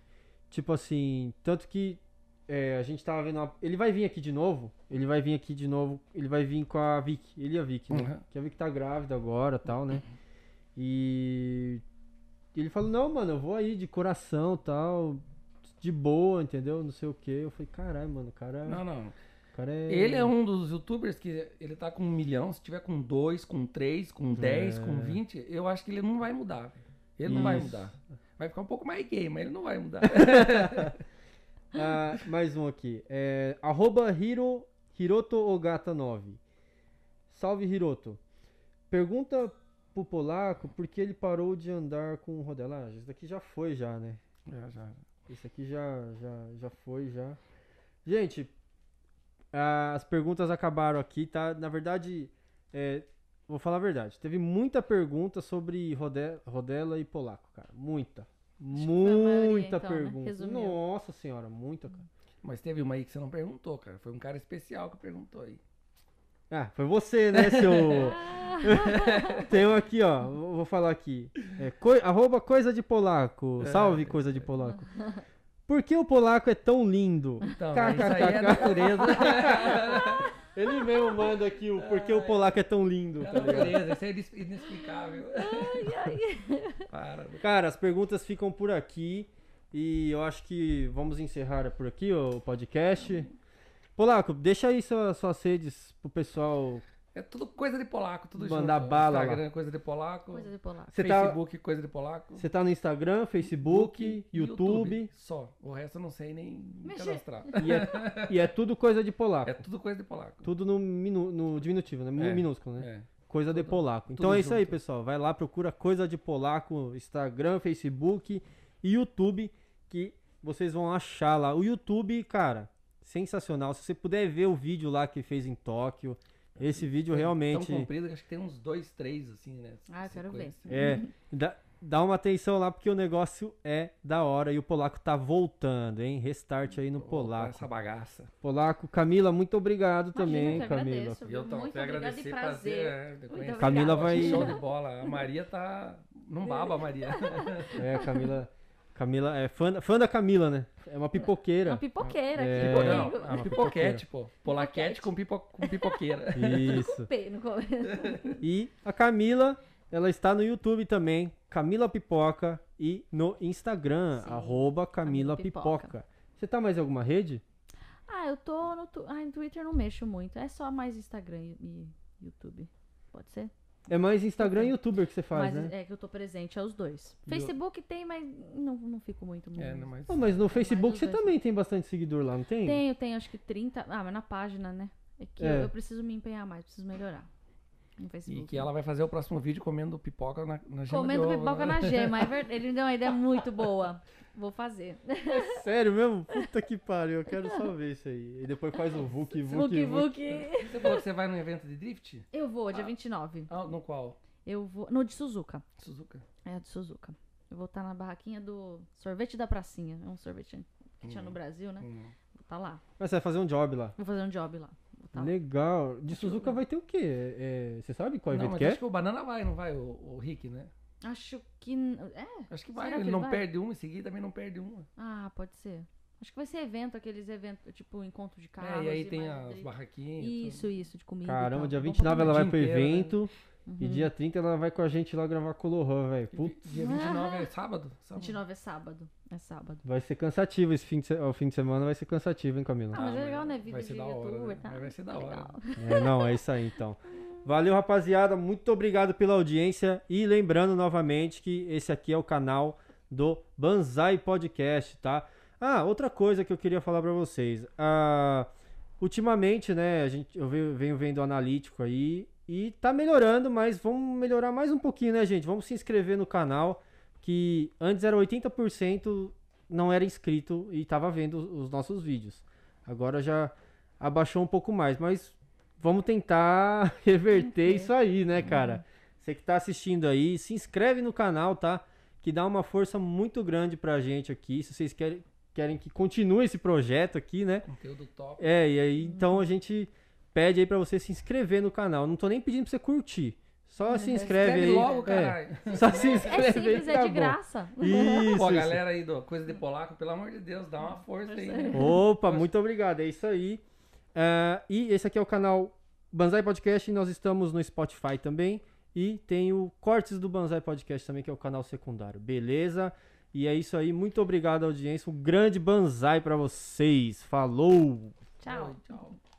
Tipo assim, tanto que é, a gente tava vendo. uma- ele vai vir aqui de novo. Ele vai vir aqui de novo. Ele vai vir com a Vic. Ele e a Vic, né?
Uhum.
Que a Vic tá grávida agora tal, né? E. Ele falou: Não, mano, eu vou aí de coração tal. De boa, entendeu? Não sei o que. Eu falei: Caralho, mano, o cara. é,
Não, não.
O cara é...
Ele é um dos youtubers que ele tá com um milhão. Se tiver com dois, com três, com dez, com vinte, eu acho que ele não vai mudar. velho. Ele não vai
É. Isso. É,
mudar. Vai ficar um pouco mais gay, mas ele não
(laughs)
vai mudar.
Ah, mais um aqui. É, arroba Hiro, Hiroto Ogata 9. Salve, Hiroto. Pergunta pro Polaco por que ele parou de andar com o Rodela. Ah, isso daqui já foi, já, né?
Já, já.
Esse aqui já, já, já foi, já. Gente, ah, as perguntas acabaram aqui, tá? Na verdade, é, vou falar a verdade. Teve muita pergunta sobre Rode- Rodela e Polaco, cara. Muita.
maioria,
Muita
então, né?
pergunta.
Resumiu.
Nossa senhora, muita, cara.
Mas teve uma aí que você não perguntou, cara. Foi um cara especial que perguntou aí.
Ah, foi você, né, seu. Tem um aqui, ó. Vou vou falar aqui. É, coi- Arroba coisa de polaco. Salve, coisa de polaco. Por que o polaco é tão lindo?
Então, mas isso aí
(laughs)
é natureza.
Tá Ele mesmo manda aqui o por que o polaco é tão lindo,
É
tá ligado?
natureza, isso aí é inis- inexplicável. (laughs) Para.
Cara, as perguntas ficam por aqui. E eu acho que vamos encerrar por aqui ó, o podcast. Polaco, deixa aí sua- suas redes pro pessoal.
É tudo coisa de polaco, tudo
Mandar
junto.
bala lá.
Instagram, coisa de polaco.
Coisa de polaco.
Você tá,
Facebook, coisa de polaco.
você tá no Instagram, Facebook, YouTube.
Só. O resto eu não sei nem
Mexer.
cadastrar.
E é, e é tudo coisa de polaco.
É Tá. tudo coisa de polaco.
Tudo no, minu- no diminutivo, né? Mu-
É,
Minúsculo, né?
É.
Coisa de
tudo-
polaco. Então
tudo
é isso aí,
junto.
pessoal. Vai lá, procura Coisa de Polaco, Instagram, Facebook e YouTube, que vocês vão achar lá. O YouTube, cara, sensacional. Se você puder ver o vídeo lá que fez em Tóquio, esse vídeo realmente.
Tão comprido, que acho que tem uns dois, três, assim, né?
Ah, eu quero ver.
Sequência.
É, dá, dá uma atenção lá porque o negócio é da hora e o polaco tá voltando, hein? Restart aí no
Opa,
polaco.
Essa bagaça. Polaco.
Polaco, Camila, muito obrigado também,
Imagina, eu que
Camila.
agradeço, viu?
tô-
Muito
até
obrigada e
agradecer,
prazer.
é, de
Muito
conhecer.
Camila vai-
Show de bola. A Maria tá. Não baba, a
(laughs)
Maria.
É, Camila, Camila é fã, fã da Camila, né? É uma pipoqueira.
Uma pipoqueira
É.
aqui
Não,
comigo.
a pipoquete, pô. Polaquete com, pipo... com (laughs) pipoqueira.
Isso.
P (laughs) no começo.
E a Camila, ela está no YouTube também, Camila Pipoca, e no Instagram,
Sim,
arroba Camila
Camila
Pipoca.
Pipoca.
Você tá mais em alguma rede?
Ah, eu tô no tu... ah, em Twitter eu não mexo muito. É só mais Instagram e- e YouTube. Pode ser?
É mais Instagram e YouTuber que você faz,
mas
né?
é que eu tô presente aos dois.
E o-
Facebook tem, mas não, não fico muito. muito.
É, não, mas.
Pô, mas no Facebook
os
você
dois.
também tem bastante seguidor lá, não tem?
Tenho, tenho acho que 30. Ah, mas na página, né? É que
É.
eu, eu preciso me empenhar mais, preciso melhorar. No
E
Facebook.
que ela vai fazer o próximo vídeo comendo pipoca na, na gema
Comendo
de ovo,
pipoca
né?
na gema.
(laughs)
É verdade. Ele me deu uma ideia muito boa. Vou fazer.
Sério mesmo? Puta que pariu, eu quero só ver isso aí. E depois faz o Vuk
Vuki,
Vuk Vuk.
Vuki.
Você falou que você vai num evento de drift?
Eu vou, dia
Ah.
29.
Ah, no qual?
Eu vou. No de Suzuka.
Suzuka.
É a de Suzuka. Eu vou estar na barraquinha do sorvete da pracinha. É um sorvete que tinha no Brasil, né?
Hum.
Vou estar lá.
Mas você vai fazer um job lá.
Vou fazer um job lá. Vou tá lá.
Legal. De Suzuka vai ter o quê? É, é, você sabe qual
Não,
evento
mas
que é?
acho que o Banana vai, não vai, o, o Rick, né?
Acho que. n- É?
Acho que
Será
vai,
que
ele
ele
não
vai?
perde uma em seguida, também não perde uma.
Ah, pode ser. Acho que vai ser evento, aqueles eventos, tipo, encontro de carros.
É, e aí tem
mais
as
de-
barraquinhas.
Isso, isso, de comida. e
Caramba, é?
tal.
dia
Vou
29 ela
dia
vai pro
inteiro, né?
evento
pra- Uhum.
e dia 30 ela vai com a gente lá gravar Colohan, velho.
tudo.
Putz,
Dia 29 é sábado? sábado.
29 é sábado. É
(laughs)
sábado.
vai ser cansativo esse fim de, se... ó, o fim de semana, vai ser cansativo, hein, Camila?
Ah, mas
Ah,
é legal,
mas
né?
vai
Vida
ser
de
da hora,
youtuber,
né?
tá?
Mas vai ser da
Tá
hora.
legal.
É, não, é isso aí então. Valeu, rapaziada. Muito obrigado pela audiência. E lembrando novamente que esse aqui é o canal do Banzai Podcast, tá? Ah, outra coisa que eu queria falar pra vocês. Ah, ultimamente, né, a gente, eu venho, venho vendo o analítico aí e tá melhorando, mas vamos melhorar mais um pouquinho, né, gente? Vamos se inscrever no canal, que antes era 80% não era inscrito e tava vendo os nossos vídeos. Agora já abaixou um pouco mais, mas vamos tentar (laughs) reverter
Ok.
isso aí, né, cara? Você que tá assistindo aí, se inscreve no canal, tá? Que dá uma força muito grande pra gente aqui. Se vocês querem, querem que continue esse projeto aqui, né?
Conteúdo top.
É, e aí então a gente pede aí pra você se inscrever no canal. Não tô nem pedindo pra você curtir. Só se inscreve,
Escreve
aí.
logo,
É,
caralho.
(laughs) só se inscreve
É
aí.
simples,
tá
é de
bom.
graça.
Isso.
(laughs) Pô, a
isso.
galera aí do Coisa de Polaco, pelo amor de Deus, dá uma força aí. né?
Opa, muito obrigado. É isso aí. Ah, e esse aqui é o canal Banzai Podcast. Nós estamos no Spotify também. E tem o Cortes do Banzai Podcast também, que é o canal secundário. Beleza? E é isso aí. Muito obrigado, audiência. Um grande banzai pra vocês. Falou!
Tchau.
Tchau.